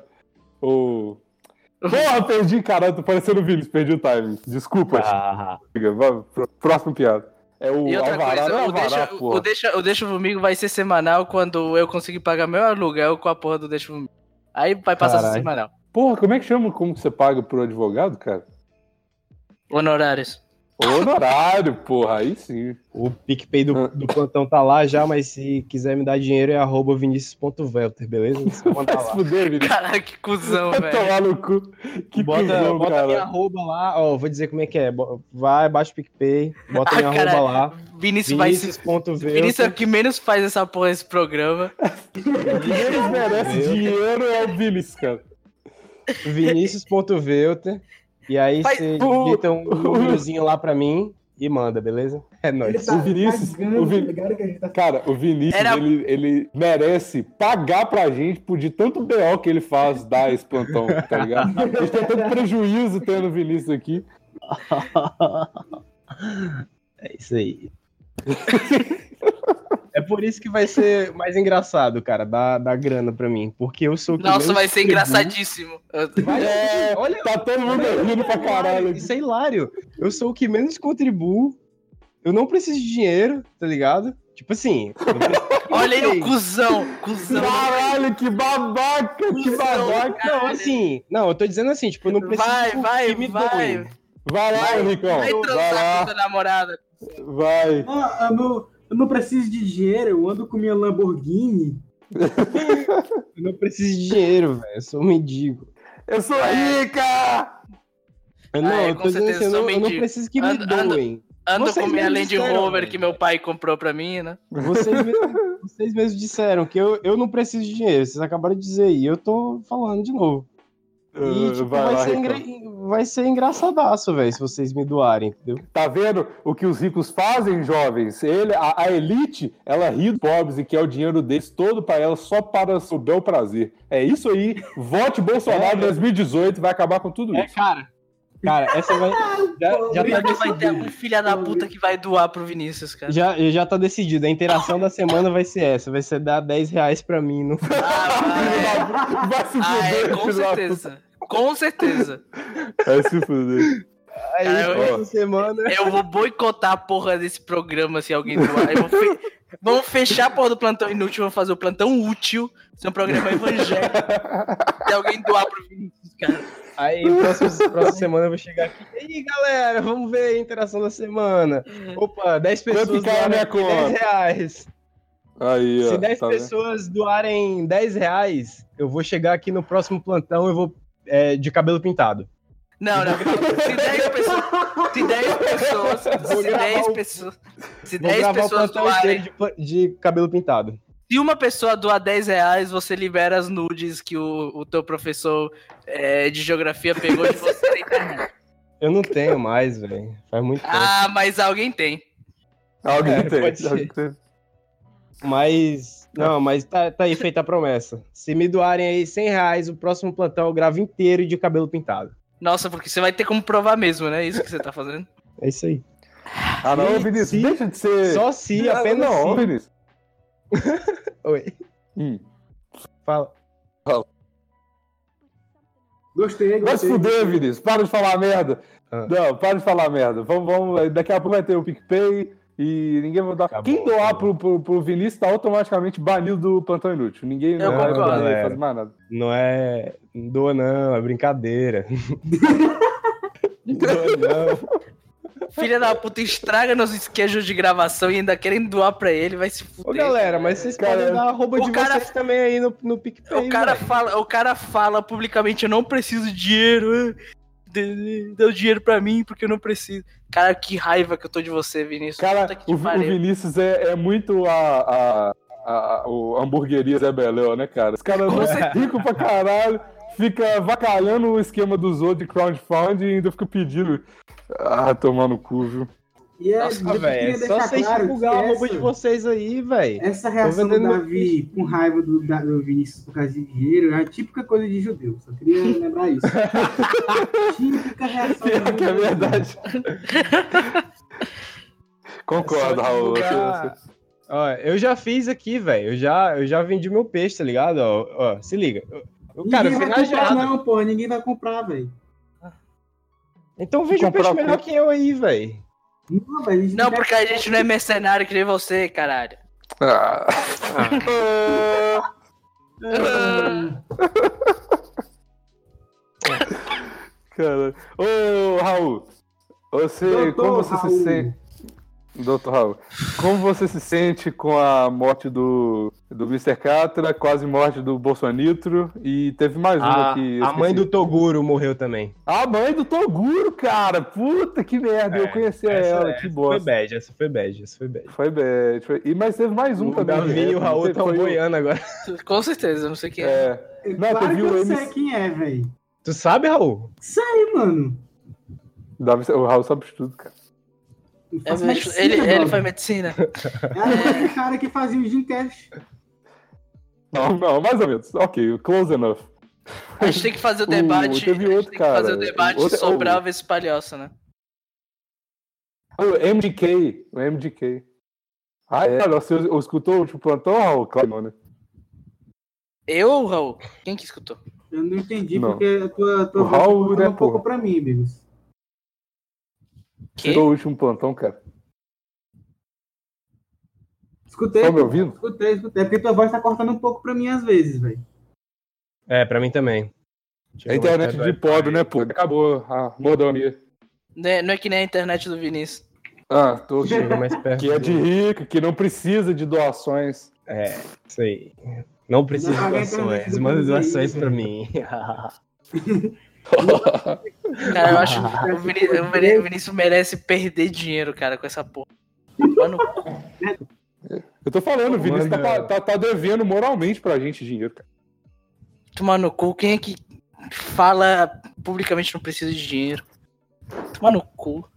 Speaker 9: O... Porra, perdi, caralho, tô parecendo o Vinícius, perdi o time. Desculpa,
Speaker 5: Ah,
Speaker 9: chega, vamos, pro- próximo piada. É o
Speaker 6: E outra
Speaker 9: Alvará, não é
Speaker 6: coisa, o
Speaker 9: Alvará,
Speaker 6: deixa,
Speaker 9: porra.
Speaker 6: o, deixa, o deixa comigo vai ser semanal quando eu conseguir pagar meu aluguel com a porra do deixa comigo. Aí vai passar a ser
Speaker 5: Caralho.
Speaker 6: semanal.
Speaker 9: Porra, como é que chama como que você paga pro advogado, cara?
Speaker 6: Honorários.
Speaker 9: Honorário, porra, aí sim.
Speaker 5: o PicPay
Speaker 9: Ah.
Speaker 5: do, do plantão tá lá já, mas se quiser me dar dinheiro é arroba vinicius.velter, beleza? Você manda
Speaker 9: Vai
Speaker 5: lá.
Speaker 9: se fuder, Vinícius.
Speaker 6: Caralho, que cuzão,
Speaker 9: Vai
Speaker 6: velho.
Speaker 9: tomar no cu. Que
Speaker 5: bota
Speaker 9: cuzão,
Speaker 5: bota
Speaker 9: cara.
Speaker 5: minha arroba lá, ó, vou dizer como é que é. Bo- Vai, baixa o PicPay, bota minha
Speaker 6: Ah, cara,
Speaker 5: arroba lá.
Speaker 6: Vinícius vai se. Vinícius é o
Speaker 5: Vinicius.velter.
Speaker 6: que menos faz essa porra desse programa.
Speaker 9: Quem merece
Speaker 5: Meu.
Speaker 9: dinheiro é o Vinícius, cara.
Speaker 5: Vinicius.velter. E aí
Speaker 6: Faz-
Speaker 5: você
Speaker 9: o-
Speaker 5: digita um númerozinho lá pra mim e manda, beleza? É
Speaker 7: Ele
Speaker 5: nóis.
Speaker 7: tá
Speaker 9: O Vinícius-
Speaker 7: cagando,
Speaker 9: o Vin-
Speaker 7: tá ligado que a gente tá
Speaker 9: Cara, o Vinícius,
Speaker 6: Era-
Speaker 9: ele, ele merece pagar pra gente por de tanto BO que ele faz dar esse plantão, tá ligado? A gente tem tanto prejuízo tendo o Vinícius aqui.
Speaker 5: É isso aí. É por isso que vai ser mais engraçado, cara, dar, dar grana pra mim. Porque eu sou o que
Speaker 6: Nossa,
Speaker 5: menos né?
Speaker 6: vai ser
Speaker 5: contribuo.
Speaker 6: engraçadíssimo. Eu-
Speaker 5: Vai
Speaker 6: É,
Speaker 5: ser, olha,
Speaker 9: Tá todo mundo rindo pra caralho. aqui.
Speaker 5: Isso é hilário. Eu sou o que menos contribuo. Eu não preciso de dinheiro, tá ligado? Tipo assim. eu não preciso-
Speaker 6: Olha aí o cuzão. Cuzão.
Speaker 9: Caralho, que babaca, que
Speaker 6: é um
Speaker 9: babaca.
Speaker 5: Não, assim. Não, eu tô dizendo assim, tipo, eu não preciso.
Speaker 6: Vai, vai,
Speaker 5: que me
Speaker 6: vai.
Speaker 5: doem.
Speaker 9: Vai lá, Ricão.
Speaker 6: Vai
Speaker 9: Vai
Speaker 6: transar com
Speaker 9: lá,
Speaker 6: sua namorada.
Speaker 9: vai.
Speaker 7: Ah, eu, não, eu não preciso de dinheiro, eu ando com minha Lamborghini.
Speaker 5: Eu não preciso de dinheiro, velho. Eu sou um mendigo.
Speaker 9: Eu sou rica!
Speaker 5: Eu não,
Speaker 6: Ah, é,
Speaker 5: eu
Speaker 6: com
Speaker 5: tô dizendo assim,
Speaker 6: certeza,
Speaker 5: eu
Speaker 6: sou
Speaker 5: não, eu não
Speaker 6: mendigo.
Speaker 5: preciso que me
Speaker 6: Ando- ando-
Speaker 5: doem.
Speaker 6: Ando
Speaker 5: Vocês
Speaker 6: com minha
Speaker 5: mesmos
Speaker 6: Land
Speaker 5: disseram,
Speaker 6: Rover
Speaker 5: velho.
Speaker 6: que meu pai comprou pra mim, né?
Speaker 5: Vocês, mesmos, vocês mesmos disseram que eu, eu não preciso de dinheiro. Vocês acabaram de dizer aí. Eu tô falando de novo.
Speaker 9: Uh,
Speaker 5: E tipo,
Speaker 9: vai
Speaker 5: vai,
Speaker 9: lá,
Speaker 5: ser
Speaker 9: Recão.
Speaker 5: engra- vai ser engraçadaço, velho, se vocês me doarem, entendeu?
Speaker 9: Tá vendo o que os ricos fazem, jovens? Ele, a, a elite, ela ri dos pobres e quer o dinheiro deles todo para ela só para o seu bel prazer. É isso aí. Vote Bolsonaro
Speaker 6: É.
Speaker 9: 2018, vai acabar com tudo isso.
Speaker 5: É, cara. Cara, essa vai. Já, já, tá,
Speaker 6: Pior que vai ter algum filho da puta que vai doar pro Vinícius, cara.
Speaker 5: já, já tá decidido. A interação da semana vai ser essa. Vai ser dar 10 reais pra mim. No...
Speaker 6: Ah,
Speaker 9: Vai se
Speaker 6: vai. Ah, é,
Speaker 9: fuder,
Speaker 6: com
Speaker 9: filho da
Speaker 6: certeza. Com certeza.
Speaker 9: puta. Vai se fuder.
Speaker 5: Aí,
Speaker 6: Cara, eu-
Speaker 5: essa semana.
Speaker 6: Eu vou boicotar a porra desse programa se alguém doar. Eu vou fe- Vamos fechar a porra do plantão inútil, vamos fazer o plantão útil. Isso é um programa evangélico. Se alguém doar pro Vinícius, cara.
Speaker 5: Aí, próxima, próxima semana eu vou chegar aqui. E aí, galera, vamos ver a interação da semana. Opa, 10
Speaker 9: Quanto
Speaker 5: pessoas
Speaker 9: cai na minha
Speaker 5: doaram 10 reais.
Speaker 9: Aí, ó.
Speaker 5: Se 10
Speaker 9: tá vendo?
Speaker 5: pessoas doarem 10 reais, eu vou chegar aqui no próximo plantão e vou é, de cabelo pintado.
Speaker 6: Não, não. Se 10 pessoas. Se 10 pessoas.
Speaker 5: Vou
Speaker 6: Se
Speaker 5: gravar
Speaker 6: 10
Speaker 5: o-
Speaker 6: pessoas. Se
Speaker 5: Vou
Speaker 6: 10
Speaker 5: gravar o
Speaker 6: pessoas
Speaker 5: plantão
Speaker 6: doarem.
Speaker 5: inteiro de pla- de, cabelo pintado.
Speaker 6: Se uma pessoa doar 10 reais, você libera as nudes que o, o teu professor eh, de geografia pegou de você na internet.
Speaker 5: Eu não tenho mais, velho. Faz muito tempo.
Speaker 6: Ah, mas alguém tem.
Speaker 9: Alguém
Speaker 5: É,
Speaker 9: tem.
Speaker 5: pode ser.
Speaker 9: alguém tem.
Speaker 5: Mas, não, mas tá, tá aí feita a promessa. Se me doarem aí 100 reais, o próximo plantão eu gravo inteiro de cabelo pintado.
Speaker 6: Nossa, porque você vai ter como provar mesmo, né? Isso que você tá fazendo.
Speaker 5: É isso aí.
Speaker 9: Ah, não,
Speaker 5: E
Speaker 9: Vinícius,
Speaker 5: se-
Speaker 9: deixa de ser.
Speaker 5: Só se,
Speaker 9: Ah,
Speaker 5: apenas
Speaker 9: Não,
Speaker 5: se.
Speaker 9: Vinícius.
Speaker 5: Oi,
Speaker 9: Hum.
Speaker 5: fala.
Speaker 7: Gostei,
Speaker 9: Vai se
Speaker 7: gostei.
Speaker 9: fuder, Vinícius. Para de falar merda.
Speaker 5: Ah.
Speaker 9: Não, para de falar merda. Vamos, vamos. Daqui a pouco vai ter o PicPay e ninguém vai dar.
Speaker 5: Tá
Speaker 9: Quem
Speaker 5: bom,
Speaker 9: doar
Speaker 5: tá
Speaker 9: pro, pro, pro Vinícius tá automaticamente banido do plantão inútil. Ninguém
Speaker 6: Eu
Speaker 9: não vai
Speaker 6: concordo.
Speaker 9: poder
Speaker 5: Galera.
Speaker 9: fazer mais nada.
Speaker 5: Não é. Não doa, não, é brincadeira. não doa, não.
Speaker 6: Filha da puta, estraga nos esquejos de gravação e ainda querem doar pra ele, vai se fuder.
Speaker 5: Ô, galera, mas vocês
Speaker 9: Cara,
Speaker 5: podem dar arroba
Speaker 6: o
Speaker 5: de
Speaker 6: cara-
Speaker 5: vocês também aí no, no PicPay.
Speaker 6: O cara,
Speaker 5: velho.
Speaker 6: fala, o cara fala publicamente, eu não preciso de dinheiro. eh, de- Deu dinheiro pra mim porque eu não preciso. Cara, que raiva que eu tô de você, Vinícius. Puta
Speaker 9: Cara,
Speaker 6: que
Speaker 9: o,
Speaker 6: te
Speaker 9: Vi- o
Speaker 6: pariu.
Speaker 9: Vinícius é, é muito a, a, a- o hamburgueria Zé Beléu, né, cara? Os caras
Speaker 6: Com
Speaker 9: é rico pra caralho, fica vacalhando o esquema dos outros de crowdfunding e ainda fica pedindo. Ah, tomando cu, viu?
Speaker 7: E é,
Speaker 5: Nossa,
Speaker 7: eu
Speaker 5: velho, é
Speaker 7: queria
Speaker 5: só
Speaker 7: deixar
Speaker 5: vocês
Speaker 7: claro
Speaker 5: divulgar o
Speaker 7: que
Speaker 5: arroba
Speaker 7: essa-
Speaker 5: de vocês aí, velho.
Speaker 7: Essa reação do
Speaker 5: vendendo meu
Speaker 7: Davi com raiva do, da- do Vinícius por causa de dinheiro é a típica coisa de judeu. Só queria lembrar isso. típica reação. do
Speaker 9: Pior que é
Speaker 7: judeu.
Speaker 9: verdade. Concordo,
Speaker 5: É só
Speaker 9: Raul.
Speaker 5: divulgar.
Speaker 9: Você- você-
Speaker 5: Ó, eu já fiz aqui, velho. Eu já, eu já vendi meu peixe, tá ligado? Ó, ó, se liga. Eu- eu-
Speaker 7: Ninguém
Speaker 5: cara, eu fui
Speaker 7: vai
Speaker 5: na
Speaker 7: comprar,
Speaker 5: geada.
Speaker 7: não, porra. Ninguém vai comprar, velho.
Speaker 5: Então veja um
Speaker 9: Comprar
Speaker 5: peixe
Speaker 9: o
Speaker 5: melhor
Speaker 9: cu.
Speaker 5: que eu aí, velho.
Speaker 7: Não, velho. a gente
Speaker 6: Não,
Speaker 7: quer-
Speaker 6: porque a gente não é mercenário que nem você, caralho.
Speaker 9: Ah. Cara. Ô, Raul. Você,
Speaker 7: Doutor
Speaker 9: como você
Speaker 7: Raul.
Speaker 9: se sente... Doutor Raul, como você se sente com a morte do, do Mr. Catra, quase morte do Bolsonitro e teve mais uma
Speaker 5: A,
Speaker 9: que... eu
Speaker 5: Ah, a mãe
Speaker 9: esqueci.
Speaker 5: do Toguro morreu também.
Speaker 9: A mãe do Toguro, cara! Puta que merda,
Speaker 5: É,
Speaker 9: eu conheci
Speaker 5: essa-
Speaker 9: ela, que
Speaker 5: Foi
Speaker 9: bosta.
Speaker 5: bad, essa foi bad, essa foi bad.
Speaker 9: Foi bad. Foi E, mas teve mais um
Speaker 5: o
Speaker 9: também.
Speaker 5: Davi e
Speaker 9: direto,
Speaker 5: o
Speaker 9: não
Speaker 5: Raul
Speaker 9: teve-
Speaker 5: estão
Speaker 9: foi o-
Speaker 5: boiando agora.
Speaker 6: Com certeza, não sei o que é.
Speaker 9: É. Não,
Speaker 7: claro
Speaker 9: tu
Speaker 7: que
Speaker 9: viu
Speaker 7: eu
Speaker 9: o
Speaker 7: sei
Speaker 9: MC?
Speaker 7: quem é, velho.
Speaker 5: Tu sabe, Raul?
Speaker 7: Sei, mano.
Speaker 9: Davi, o Raul sabe de tudo, cara.
Speaker 7: Ele
Speaker 6: É,
Speaker 7: faz medicina,
Speaker 6: ele, ele
Speaker 7: brother.
Speaker 6: foi medicina.
Speaker 7: Era aquele cara que fazia o Gincast.
Speaker 9: Não, não, mais ou menos. Ok, close enough.
Speaker 6: A gente tem que fazer o
Speaker 9: O-
Speaker 6: debate.
Speaker 9: teve
Speaker 6: a gente
Speaker 9: outro,
Speaker 6: tem
Speaker 9: cara.
Speaker 6: que fazer o debate
Speaker 9: Outro-
Speaker 6: sobrar
Speaker 9: o-
Speaker 6: ver esse palhoça, né?
Speaker 9: Ah, O MDK, o MDK. Ah, é? Olha, você escutou o último plantão, Raul? Claro, não, né?
Speaker 6: Eu ou o Raul? Quem que escutou?
Speaker 7: Eu não entendi
Speaker 9: Não.
Speaker 7: porque a tua,
Speaker 9: O
Speaker 7: tua
Speaker 9: Raul,
Speaker 7: voz
Speaker 9: né,
Speaker 7: tá um pouco
Speaker 9: porra?
Speaker 7: pra mim, amigos.
Speaker 9: Escutou O último plantão, cara.
Speaker 7: Escutei.
Speaker 9: Tá me ouvindo?
Speaker 7: Escutei, escutei. Porque tua voz tá cortando um pouco pra mim às vezes, velho.
Speaker 5: É, pra mim também.
Speaker 9: É internet de pobre, né, pô? Acabou a modonia.
Speaker 6: Né, Não é que nem a internet do Vinícius.
Speaker 9: Ah, tô...
Speaker 5: Chega mais perto.
Speaker 9: Que é de rico, que não precisa de doações.
Speaker 5: É, isso aí. Não precisa de
Speaker 7: Não, vai
Speaker 5: doações.
Speaker 7: ter-
Speaker 5: Manda doações pra mim.
Speaker 6: Cara, eu acho que o Vini- o Vini- o Vinícius merece perder dinheiro, cara, com essa porra. Mano,
Speaker 9: Eu tô falando, o Vinícius tá,
Speaker 5: Manda.
Speaker 9: tá, tá devendo moralmente pra gente dinheiro, cara.
Speaker 6: tomar no cu. Quem é que. fala publicamente não precisa de dinheiro. Toma no cu.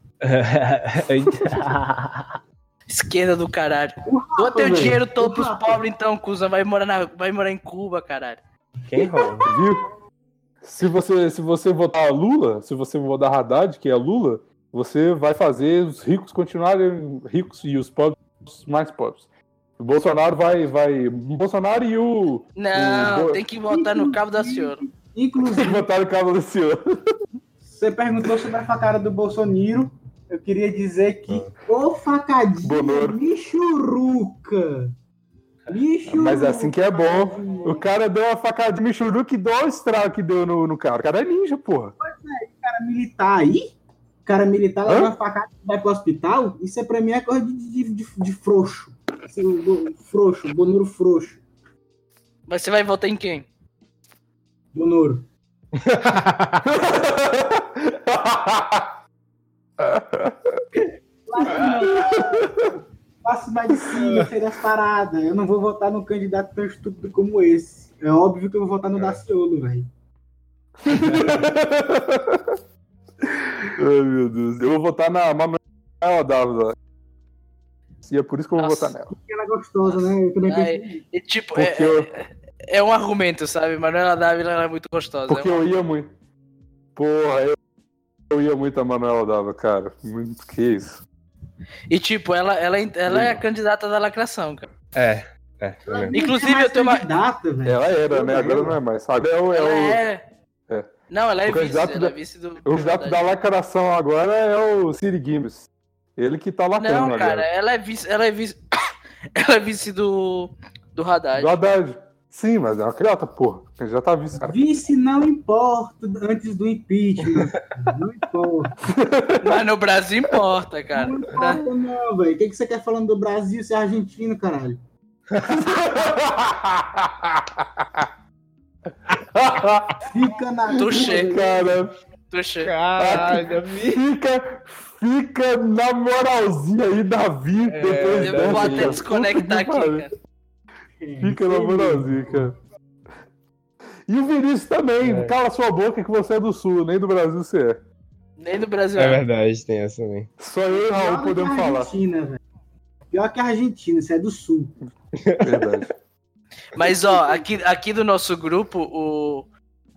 Speaker 6: Esquerda do caralho. Doa teu
Speaker 7: velho.
Speaker 6: dinheiro todo pros pobres então, cuzão. Vai morar, na, vai morar em Cuba, caralho.
Speaker 3: Quem rouba?
Speaker 9: Viu? Se você, se você votar Lula, se você votar Haddad, que é Lula, você vai fazer os ricos continuarem ricos e os pobres mais pobres. O Bolsonaro vai. vai Bolsonaro e o.
Speaker 6: Não,
Speaker 9: Hum,
Speaker 6: tem que voltar no cabo da senhora.
Speaker 7: Inclusive,
Speaker 9: Votaram o cara do senhor.
Speaker 7: você perguntou sobre a facada do Bolsonaro. Eu queria dizer que ô facadinha
Speaker 9: Bonoro.
Speaker 7: michuruca. Michuruca.
Speaker 9: Mas assim que é bom. O cara deu uma facada de Michuru que deu o estrago que deu no, no cara. O cara é ninja, porra.
Speaker 7: cara militar aí, cara militar leva
Speaker 9: Hã?
Speaker 7: uma facada e vai pro hospital, isso é pra mim é coisa de, de, de, de frouxo. Assim, bo- frouxo, bonuro frouxo.
Speaker 6: Mas você vai votar em quem?
Speaker 7: Bonuro. Passo mais de cima, sei das paradas. Eu não vou votar num candidato tão estúpido como esse. É óbvio que eu vou votar no Daciolo, velho.
Speaker 9: Ai, meu Deus. Eu vou votar na Manuela Dávila. E é por isso que eu vou
Speaker 6: Nossa.
Speaker 9: votar nela.
Speaker 7: Porque ela é gostosa, né? Eu também pensei.
Speaker 6: Ai, é tipo, é,
Speaker 9: Porque, eu,
Speaker 6: é um argumento, sabe? Manuela Dávila ela é muito gostosa.
Speaker 9: porque eu ia muito. Porra, eu, eu ia muito a Manuela Dávila, cara. Muito que isso.
Speaker 6: E tipo, ela, ela, ela é a candidata da lacração, cara.
Speaker 3: É. É, eu lembro.
Speaker 6: Inclusive, eu tenho uma-
Speaker 7: Data, velho.
Speaker 9: Ela era, né? Agora não é mais. Sabe? É o, é
Speaker 6: ela
Speaker 9: o,
Speaker 6: é...
Speaker 9: é.
Speaker 6: Não, ela é
Speaker 9: O
Speaker 6: vice,
Speaker 9: candidato
Speaker 6: ela
Speaker 9: da-
Speaker 6: é vice do...
Speaker 9: o gato da lacração agora é o Siri Gimes. Ele que tá lacrando
Speaker 6: Não, cara,
Speaker 9: agora.
Speaker 6: ela é vice... Ela é vice... ela é vice do... Do Haddad.
Speaker 9: Do Haddad. Sim, mas é uma criota, porra. Ele já tá visto, cara.
Speaker 7: Vice não importa antes do impeachment. Não importa.
Speaker 6: Mas no Brasil importa, cara.
Speaker 7: Não importa, não, velho. O que, que você quer falando do Brasil se é argentino, caralho? Fica na
Speaker 6: Touché.
Speaker 7: tua,
Speaker 9: cara,
Speaker 6: Tuxa.
Speaker 3: Caralho,
Speaker 9: fica, fica na moralzinha aí, Davi. depois
Speaker 6: É, Eu vou
Speaker 9: dessa,
Speaker 6: até
Speaker 9: cara.
Speaker 6: desconectar
Speaker 9: Puta um que
Speaker 6: aqui, cara.
Speaker 9: Fica na moralzinha, cara. E o Vinícius também. Cala sua boca que você é do Sul, nem do Brasil você é.
Speaker 6: Nem no Brasil.
Speaker 3: é verdade, tem essa também.
Speaker 9: Só eu e o Raul podemos falar.
Speaker 7: Argentina, velho. Pior que a Argentina, isso é do sul.
Speaker 9: É Verdade.
Speaker 6: Mas, ó, aqui, aqui do nosso grupo, o...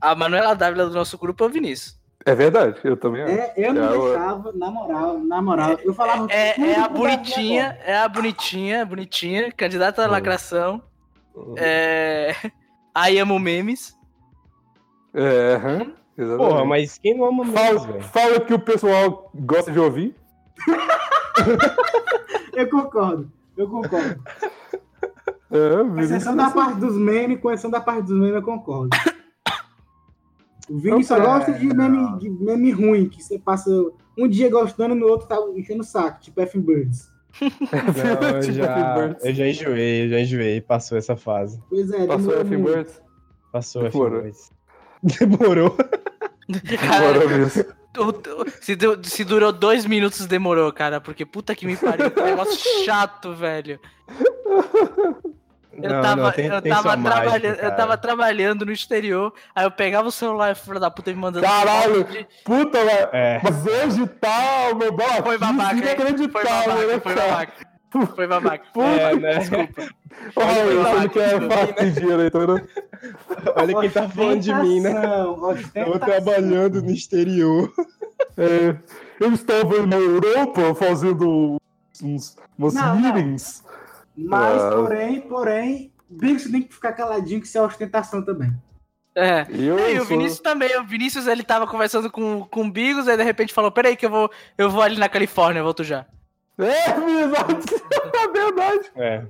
Speaker 6: A Manuela Dávila do nosso grupo é o Vinícius.
Speaker 9: É verdade, eu também acho.
Speaker 7: É, eu não
Speaker 9: É, eu-
Speaker 7: deixava, na moral, na moral. Eu falava.
Speaker 6: É,
Speaker 7: tudo
Speaker 6: é a
Speaker 7: pro Brasil
Speaker 6: bonitinha, é a bonitinha, bonitinha, candidata à lacração. É. I amo memes.
Speaker 9: É, hã? Exatamente.
Speaker 3: Porra, mas quem não ama mais,
Speaker 9: Fala,
Speaker 3: velho?
Speaker 9: fala o que o pessoal gosta de ouvir.
Speaker 7: agora. Eu concordo, eu concordo.
Speaker 9: É,
Speaker 7: Com exceção da parte dos memes, com exceção da parte dos memes, eu concordo. O Vini só gosta de meme, de meme ruim, que você passa um dia gostando no outro tá enchendo o saco, tipo F-Birds.
Speaker 3: Não, eu,
Speaker 9: Tipo
Speaker 3: já,
Speaker 9: F-Birds.
Speaker 3: eu já enjoei, eu já enjoei. Passou essa fase.
Speaker 7: Pois é,
Speaker 9: Passou
Speaker 7: demorou muito.
Speaker 9: F-Birds.
Speaker 3: Passou a
Speaker 9: Demorou.
Speaker 3: F2. Demorou.
Speaker 6: Cara,
Speaker 9: Bora mesmo.
Speaker 6: tu- tu- se, deu- se durou dois minutos, demorou, cara. Porque puta que me pariu, que negócio chato, velho. Eu
Speaker 3: Não,
Speaker 6: tava,
Speaker 3: não, tem-
Speaker 6: eu,
Speaker 3: tem
Speaker 6: tava
Speaker 3: sua mágica,
Speaker 6: trabalhando, eu
Speaker 3: cara.
Speaker 6: tava trabalhando no exterior, aí eu pegava o celular e o filho da puta me mandando.
Speaker 9: Caralho!
Speaker 6: de-
Speaker 9: Puta, velho.
Speaker 3: É.
Speaker 9: Mas hoje tá, meu bola.
Speaker 6: Foi babaca, hein? Foi
Speaker 9: Inacreditável, né,
Speaker 6: babaca, foi
Speaker 9: cara?
Speaker 6: babaca. Foi babaca.
Speaker 3: É, né?
Speaker 6: Desculpa.
Speaker 9: Ô, Raul,
Speaker 6: Foi
Speaker 9: você não
Speaker 6: babaca,
Speaker 9: quer
Speaker 6: né?
Speaker 9: falar de dinheiro
Speaker 3: então
Speaker 9: aí, tá vendo?
Speaker 3: Olha quem tá falando de mim, né?
Speaker 7: Ostentação,
Speaker 3: Eu trabalhando no exterior.
Speaker 9: É, eu estava na Europa fazendo uns, umas
Speaker 7: Não, não.
Speaker 9: meetings.
Speaker 7: Mas,
Speaker 9: Ah.
Speaker 7: porém, porém, Bigos tem que ficar caladinho, que isso é ostentação também.
Speaker 6: É.
Speaker 9: E eu
Speaker 6: E o
Speaker 9: sou-
Speaker 6: Vinícius também. O Vinícius ele tava conversando com, com o Bigos, aí de repente falou: Peraí, que eu vou, eu vou ali na Califórnia, eu volto já.
Speaker 9: É verdade, é verdade.
Speaker 3: É.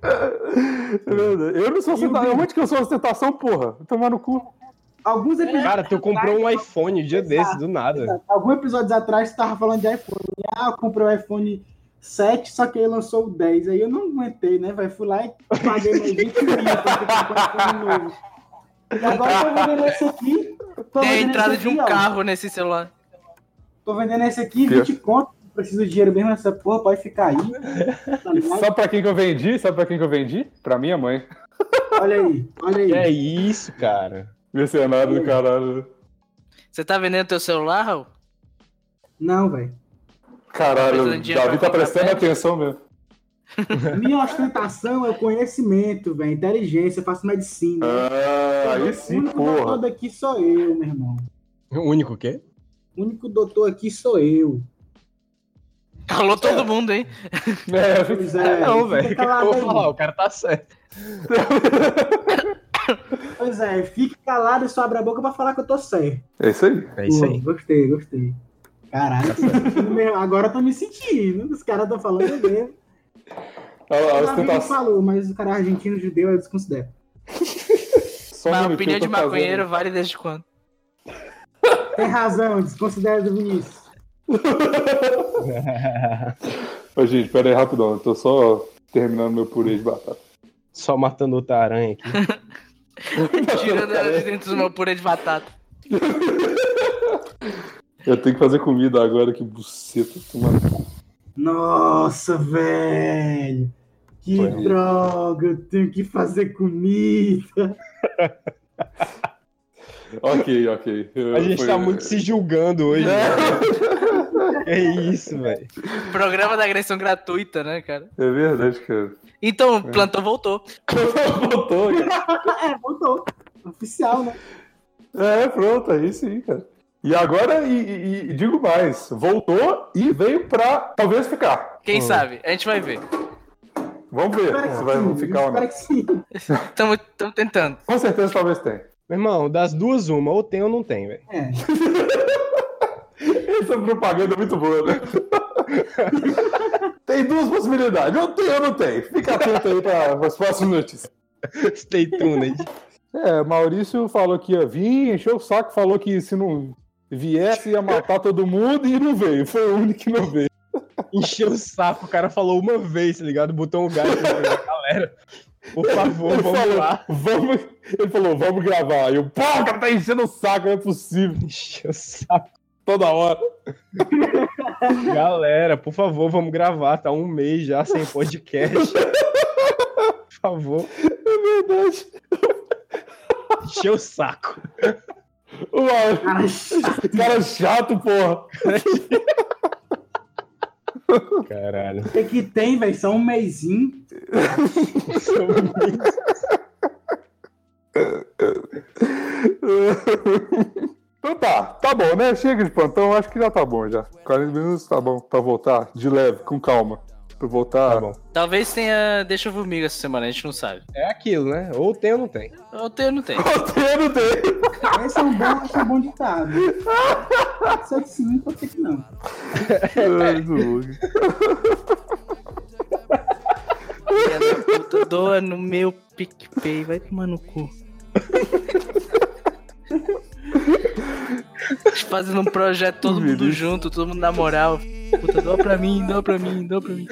Speaker 9: É verdade. Eu não sou
Speaker 7: E o
Speaker 9: ostentação.
Speaker 7: Vini?
Speaker 9: Onde que eu sou ostentação, porra? Tomar no cu.
Speaker 7: Alguns episódios,
Speaker 3: Cara, tu comprou um iPhone o dia desse, do nada.
Speaker 7: alguns episódios atrás, você tava falando de iPhone. Ah, eu comprei o iPhone 7, só que aí lançou o 10. Aí eu não aguentei, né? Vai, fui lá e paguei mais 20 mil pra ficar com o iPhone novo. E agora eu tô vendendo esse aqui. Tô
Speaker 6: Tem a
Speaker 7: vendendo
Speaker 6: entrada
Speaker 7: esse
Speaker 6: de um
Speaker 7: aqui, ó.
Speaker 6: carro nesse celular.
Speaker 7: Tô vendendo esse aqui, 20 conto. Não Preciso de dinheiro mesmo, essa porra pode ficar aí. Tá
Speaker 9: E
Speaker 7: ligado?
Speaker 9: sabe pra quem que eu vendi? Sabe pra quem que eu vendi? Pra minha mãe.
Speaker 7: Olha aí, olha
Speaker 3: Que
Speaker 7: aí.
Speaker 3: é isso, cara?
Speaker 9: Mercenário do caralho.
Speaker 6: Você tá vendendo teu celular, Raul?
Speaker 7: Não, velho.
Speaker 9: Caralho,
Speaker 6: Talvez um
Speaker 9: o
Speaker 6: dia
Speaker 9: Davi
Speaker 6: vai
Speaker 9: tá
Speaker 6: comprar
Speaker 9: prestando
Speaker 6: pet.
Speaker 9: atenção mesmo.
Speaker 7: Minha ostentação é o conhecimento, velho. Inteligência, eu faço medicina.
Speaker 9: Ah, aí
Speaker 7: o
Speaker 9: sim,
Speaker 7: único doutor
Speaker 9: porra.
Speaker 7: daqui sou eu, meu irmão.
Speaker 10: O único quê?
Speaker 7: O único doutor aqui sou eu.
Speaker 6: Calou todo mundo, hein?
Speaker 9: É,
Speaker 7: Pois é,
Speaker 10: não,
Speaker 7: fica
Speaker 10: velho. O que, que eu
Speaker 7: calado
Speaker 10: vou
Speaker 7: aí.
Speaker 10: falar? O cara tá certo.
Speaker 7: Pois é, fique calado e só abre a boca pra falar que eu tô certo.
Speaker 9: é isso aí. Tá
Speaker 10: É isso
Speaker 7: Pô,
Speaker 10: aí.
Speaker 7: Gostei, gostei. Caralho, tô me sentindo mesmo. agora eu tô me sentindo. Os caras estão falando mesmo.
Speaker 9: Olha lá, a
Speaker 7: O Davi não
Speaker 9: ostentação.
Speaker 7: falou, mas o cara é argentino judeu eu desconsidero.
Speaker 9: Só um
Speaker 6: Mas a
Speaker 9: minutinho,
Speaker 6: opinião
Speaker 9: eu tô
Speaker 6: de
Speaker 9: fazendo-
Speaker 6: maconheiro vale desde quando?
Speaker 7: Tem razão, desconsidero do Vinícius.
Speaker 9: Ô, gente, pera aí rapidão. Eu tô só terminando meu purê de batata.
Speaker 3: Só matando outra aranha aqui.
Speaker 6: Tirando ela
Speaker 9: é.
Speaker 6: de dentro do meu purê de batata.
Speaker 9: Eu tenho que fazer comida agora, que buceta. Tomando...
Speaker 7: Nossa, velho. Que
Speaker 9: Foi ruim.
Speaker 7: droga, eu tenho que fazer comida.
Speaker 9: Ok, ok. Eu-
Speaker 3: A gente
Speaker 9: foi- É
Speaker 3: tá muito se julgando hoje. né? É isso, velho.
Speaker 6: Programa da agressão gratuita, né, cara?
Speaker 9: É verdade, cara.
Speaker 6: Então,
Speaker 9: É.
Speaker 6: o plantão voltou.
Speaker 9: Voltou, cara.
Speaker 7: É, voltou. Oficial, né?
Speaker 9: É, pronto, aí sim, cara. E agora, e, e- e digo mais, voltou e veio pra talvez ficar.
Speaker 6: Quem sabe? A gente vai ver.
Speaker 9: Vamos ver
Speaker 7: Espero
Speaker 9: se
Speaker 7: que
Speaker 9: vai
Speaker 7: sim,
Speaker 9: ficar ou
Speaker 7: espero
Speaker 9: não.
Speaker 7: que sim.
Speaker 6: Tamo, tamo tentando.
Speaker 9: Com certeza talvez tenha.
Speaker 3: Meu irmão, das duas, uma. Ou tem ou não tem, velho.
Speaker 7: É.
Speaker 9: Essa propaganda é muito boa, né? tem duas possibilidades, ou tem ou não tem. Fica atento aí para as próximas notícias.
Speaker 3: Stay tuned.
Speaker 9: É, Maurício falou que ia vir, encheu o saco, falou que se não viesse ia matar todo mundo e não veio. Foi o único que não veio.
Speaker 3: Encheu o saco. O cara falou uma vez, tá ligado? Botou um gás pra galera. Por favor,
Speaker 9: Ele
Speaker 3: vamos
Speaker 9: falou,
Speaker 3: lá.
Speaker 9: vamos. Ele falou, vamos gravar. E eu, pô, o cara tá enchendo o saco, não é possível.
Speaker 3: Encheu o saco.
Speaker 9: Toda hora.
Speaker 3: Galera, por favor, vamos gravar. Tá um mês já sem podcast. Por favor.
Speaker 9: É verdade.
Speaker 3: Encheu o saco.
Speaker 9: O Maurício,
Speaker 7: Cara, chato.
Speaker 9: esse cara é chato, porra.
Speaker 3: Caralho.
Speaker 7: O que É que tem, velho? Só um mêsinho.
Speaker 9: Então tá, tá bom, né? Chega de plantão, acho que já tá bom já. 40 minutos tá bom pra voltar de leve, com calma. Pra voltar.
Speaker 3: Tá bom.
Speaker 6: Talvez tenha Deixa eu Formiga essa semana, a gente não sabe.
Speaker 3: É aquilo, né? Ou tem ou não tem.
Speaker 6: Eu tenho, não tenho.
Speaker 9: Roteiro dele.
Speaker 7: Esse é um bom, esse é um bom ditado. Pode ser que sim, pode ser que não.
Speaker 9: Ai, do-
Speaker 6: Filha da puta, Doa no meu PicPay, vai tomar no cu. Fazendo um projeto todo mundo junto, todo mundo na moral. Puta, doa pra mim, doa pra mim, doa pra mim.